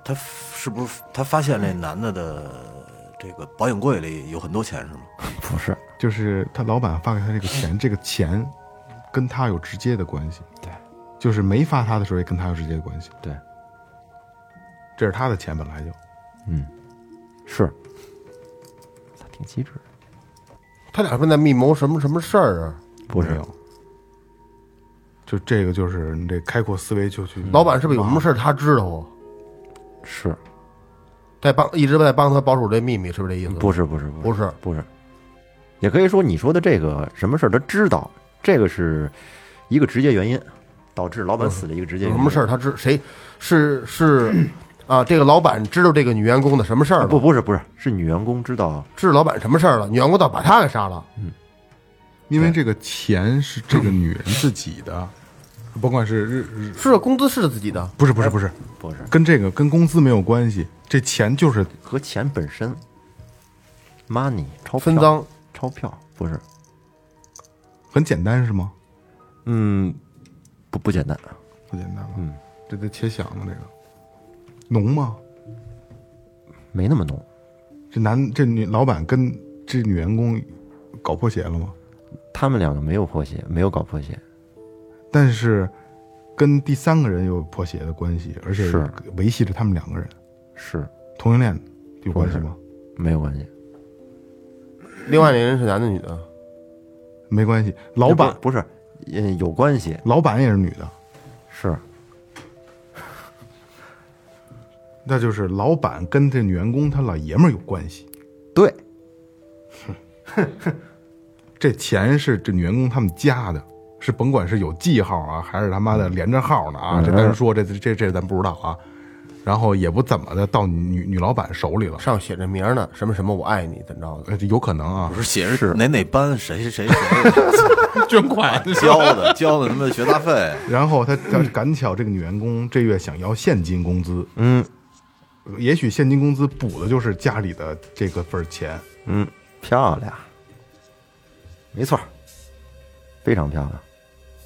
Speaker 4: 他是不是他发现这男的的这个保险柜里有很多钱是吗？
Speaker 3: 不是，
Speaker 1: 就是他老板发给他这个钱，这个钱跟他有直接的关系。
Speaker 3: 对，
Speaker 1: 就是没发他的时候也跟他有直接的关系。
Speaker 3: 对，
Speaker 1: 这是他的钱，本来就。
Speaker 3: 是，他挺机智的，
Speaker 2: 他俩是不是在密谋什么什么事儿啊？
Speaker 3: 不
Speaker 1: 没
Speaker 3: 是
Speaker 1: 有，就这个就是你这开阔思维就
Speaker 3: 嗯
Speaker 1: 去。
Speaker 2: 老板是不是有什么事儿他知道啊？
Speaker 3: 是，
Speaker 2: 在帮一直在帮他保守这秘密，是不是这意思？
Speaker 3: 嗯不是不是
Speaker 2: 不
Speaker 3: 是
Speaker 2: 是，
Speaker 3: 不是，也可以说你说的这个什么事儿他知道，这个是一个直接原因，导致老板死的一个直接
Speaker 2: 有
Speaker 3: 原因。
Speaker 2: 什么事儿他知谁是是啊？这个老板知道这个女员工的什么事儿
Speaker 3: 啊？
Speaker 2: 了？
Speaker 3: 不不是不是，是女员工知道
Speaker 2: 知道老板什么事儿了？女员工倒把他给杀了，
Speaker 1: 因为这个钱是这个女人自己的，甭管是日日哎
Speaker 2: 是工资是自己的，
Speaker 1: 不是不是不是，
Speaker 3: 不是
Speaker 1: 跟这个跟工资没有关系，这钱就是
Speaker 3: 和钱本身，money 钞票
Speaker 2: 分赃
Speaker 3: 钞票不是，
Speaker 1: 很简单是吗？
Speaker 3: 嗯，不不简单，啊
Speaker 1: 不简单了，嗯，这得且想呢这个，浓吗？
Speaker 3: 没那么浓。
Speaker 1: 这男这女老板跟这女员工搞破鞋了吗？
Speaker 3: 他们两个没有破鞋，没有搞破鞋，
Speaker 1: 但是跟第三个人有破鞋的关系，而且
Speaker 3: 是
Speaker 1: 维系着他们两个人
Speaker 3: 是
Speaker 1: 同性恋有关系吗？
Speaker 3: 没有关系。
Speaker 2: 另外那人是男的女的？
Speaker 1: 没关系，老板
Speaker 3: 不不是，嗯，有关系
Speaker 1: 老板也是女的，
Speaker 3: 是
Speaker 1: 那就是老板跟这女员工他老爷们儿有关系。
Speaker 3: 对，
Speaker 1: 这钱是这女员工他们加的，是甭管是有记号啊，还是他妈的连着号呢
Speaker 3: 嗯
Speaker 1: 啊，这咱说这这这这咱不知道啊。然后也不怎么的到女女老板手里了，
Speaker 2: 上写着名儿呢，什么什么我爱你，怎么着的？
Speaker 1: 呃，有可能啊
Speaker 4: 不，是写着哪哪班谁谁谁
Speaker 1: 捐款
Speaker 4: 交的交的什么学杂费，
Speaker 1: 然后他他赶巧这个女员工这月想要现金工资，
Speaker 3: 嗯
Speaker 1: 也许现金工资补的就是家里的这个份儿钱。
Speaker 3: 嗯，漂亮，没错儿，非常漂亮。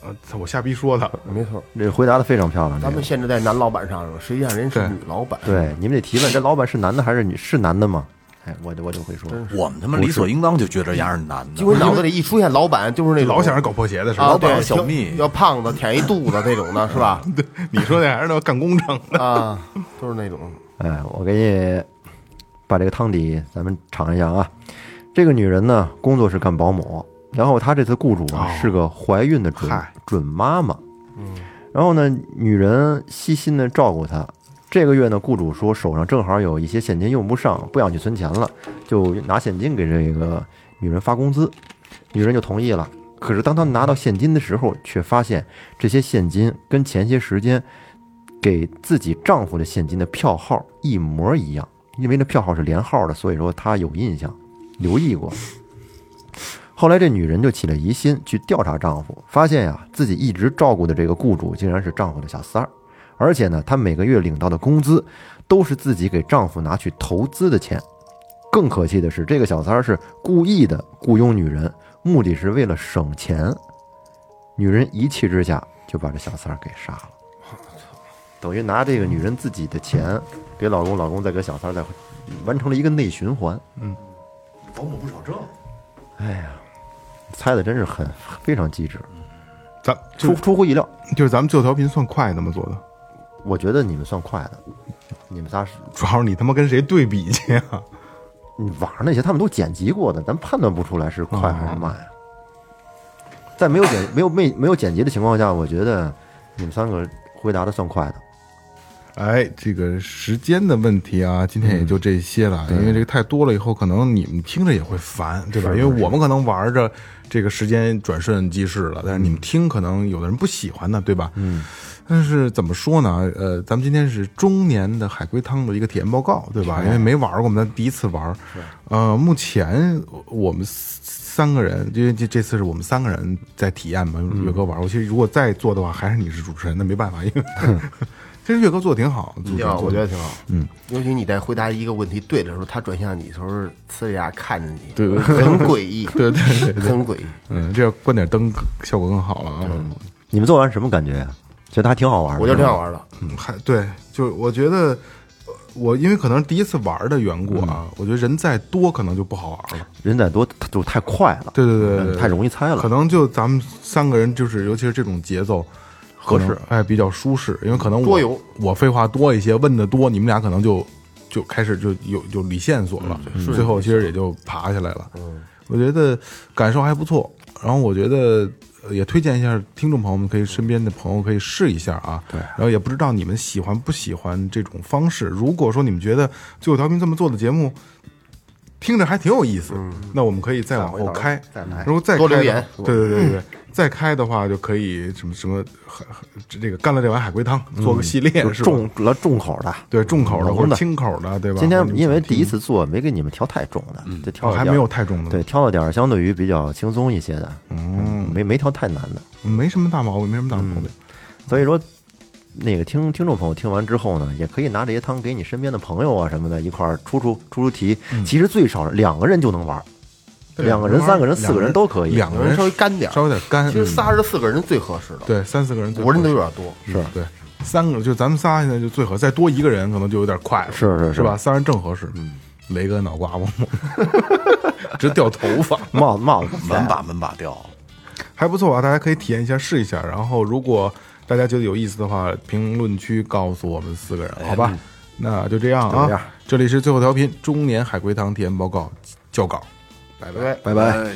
Speaker 1: 呃，操我瞎逼说的，
Speaker 2: 没错，
Speaker 3: 这回答的非常漂亮。这
Speaker 2: 咱
Speaker 3: 个
Speaker 2: 们限制在男老板上了，实际上人是女老板。，
Speaker 3: 对，你们得提问，这老板是男的还是女？是男的吗？哎，我就我就会说，
Speaker 4: 我们他妈理所应当就觉得人家是男
Speaker 2: 结果
Speaker 4: 的，
Speaker 2: 脑子里一出现老板，就是那种
Speaker 1: 老想着搞破鞋的时
Speaker 2: 啊，
Speaker 3: 哦
Speaker 1: 候，
Speaker 4: 老板
Speaker 2: 对
Speaker 4: 小蜜
Speaker 2: 要胖子舔一肚子那种的，是吧？
Speaker 1: 对，你说那还是那干工程的，
Speaker 2: 啊，都是那种
Speaker 3: 哎，我给你把这个汤底咱们尝一下啊。这个女人呢，工作是干保姆，然后她这次雇主啊、
Speaker 1: 哦
Speaker 3: 是个怀孕的准
Speaker 1: 嗨嗯
Speaker 3: 准妈妈，然后呢，女人悉心的照顾她。这个月呢，雇主说手上正好有一些现金用不上，不想去存钱了，就拿现金给这个女人发工资，女人就同意了。可是当她拿到现金的时候，却发现这些现金跟前些时间给自己丈夫的现金的票号一模一样，因为那票号是连号的，所以说她有印象，留意过。后来这女人就起了疑心，去调查丈夫，发现呀、自己一直照顾的这个雇主竟然是丈夫的小三儿，而且呢，她每个月领到的工资都是自己给丈夫拿去投资的钱。更可气的是，这个小三儿是故意的雇佣女人，目的是为了省钱。女人一气之下就把这小三儿给杀了，等于拿这个女人自己的钱给老公，老公再给小三儿，再完成了一个内循环。
Speaker 2: 嗯
Speaker 3: 哎
Speaker 4: 保姆不少挣，
Speaker 3: 猜的真是很非常机智，
Speaker 2: 嗯
Speaker 1: 咱就
Speaker 3: 出出乎意料。
Speaker 1: 就是咱们最后调频算快的吗？做的，
Speaker 3: 我觉得你们算快的，你们仨是
Speaker 1: 主要是你他妈跟谁对比去啊？
Speaker 3: 你网上那些他们都剪辑过的，咱判断不出来是快还
Speaker 2: 哦
Speaker 3: 是慢呀。在没有剪没有没没有剪辑的情况下，我觉得你们三个回答的算快的。
Speaker 1: 哎，这个时间的问题啊，今天也就这些了，因为这个太多了，以后可能你们听着也会烦，对吧？因为我们可能玩着这个时间转瞬即逝了，但是你们听，可能有的人不喜欢呢，对吧？嗯。但是怎么说呢？呃，咱们今天是中年的海龟汤的一个体验报告，对吧？因为没玩过，我们第一次玩。呃，目前我们三个人，因为这这次是我们三个人在体验嘛，
Speaker 3: 嗯
Speaker 1: 岳哥玩过。其实如果再做的话，还是你是主持人，那没办法，因 为其实岳哥做的挺好，主持
Speaker 2: 挺
Speaker 1: 人
Speaker 2: 好，
Speaker 1: 做
Speaker 2: 我觉
Speaker 1: 得
Speaker 2: 得挺好。嗯，尤其你在回答一个问题对的时候，他转向你的时候，呲着牙看着你，对，很诡异，
Speaker 1: 对对对对，
Speaker 2: 很诡异。
Speaker 1: 嗯，这要关点灯效果更好了啊。
Speaker 3: 你们做完什么感觉呀？觉得还挺好玩的，
Speaker 2: 我觉得挺好玩的，
Speaker 1: 嗯，还对，就是我觉得。呃我因为可能是第一次玩的缘故
Speaker 3: 嗯
Speaker 1: 啊，我觉得人再多可能就不好玩了。
Speaker 3: 人再多他就太快了，
Speaker 1: 对对对对对
Speaker 3: 太容易猜
Speaker 1: 可
Speaker 3: 了。
Speaker 1: 能就咱们三个人，就是尤其是这种节奏合适，哎，比较舒适。因为可能我
Speaker 2: 多游
Speaker 1: 我废话多一些，问的多，你们俩可能就就开始就有有理线索了，最后其实也就爬下来了。嗯，我觉得感受还不错。然后我觉得呃也推荐一下听众朋友们，可以身边的朋友可以试一下啊。对，然后也不知道你们喜欢不喜欢这种方式。如果说你们觉得最后调频这么做的节目。听着还挺有意思，那我们可以嗯再往后开，
Speaker 2: 再来
Speaker 1: 如果再
Speaker 2: 多
Speaker 1: 开的
Speaker 2: 留言
Speaker 1: 话对
Speaker 3: 嗯
Speaker 1: 对对对，再开的话就可以什么什么海海这个干了这碗海龟汤，做个系列
Speaker 3: 嗯就是
Speaker 1: 吧？
Speaker 3: 重了重口的。
Speaker 1: 对重口的
Speaker 3: 浓
Speaker 1: 或者
Speaker 3: 的
Speaker 1: 轻口的，对吧？
Speaker 3: 今天
Speaker 1: 你们
Speaker 3: 因为
Speaker 1: 想听
Speaker 3: 第一次做，没给你们挑太重的，就
Speaker 1: 哦
Speaker 3: 挑了点
Speaker 1: 还没有太重的，
Speaker 3: 对，，挑了点儿相对于比较轻松一些的，嗯，没没挑太难的。
Speaker 1: 嗯没什么大毛病，没什么大
Speaker 3: 嗯
Speaker 1: 毛病。
Speaker 3: 所以说，那个听听众朋友听完之后呢，也可以拿这些汤给你身边的朋友啊什么的一块儿出出出出题。
Speaker 1: 嗯
Speaker 3: 其实最少两个人就能玩儿，
Speaker 1: 对
Speaker 3: 两个人、
Speaker 1: 能玩
Speaker 3: 三个人、四个人都可以。
Speaker 1: 两个
Speaker 2: 有人
Speaker 1: 人
Speaker 2: 稍微干点儿
Speaker 1: 嗯稍微有点干
Speaker 2: 其，实
Speaker 1: 嗯
Speaker 2: 仨人四个人最合适的，
Speaker 1: 对三四个人最
Speaker 2: 五人都
Speaker 1: 合
Speaker 2: 有点多。
Speaker 1: 适，是对。三个就咱们仨现在就最合，再多一个人可能就有点快了，
Speaker 3: 是是是
Speaker 1: 是吧？三人正合适。嗯，雷哥脑瓜子木， 直掉头发，
Speaker 3: 帽子帽子不在
Speaker 4: 门把门把掉。
Speaker 1: 还不错啊，大家可以体验一下，试一下。然后如果大家觉得有意思的话，评论区告诉我们四个人，好吧？那就这样
Speaker 3: 就这样
Speaker 1: 啊，这里是最后调频中年海龟汤体验报告校稿，拜拜。
Speaker 3: 拜拜。
Speaker 4: 哎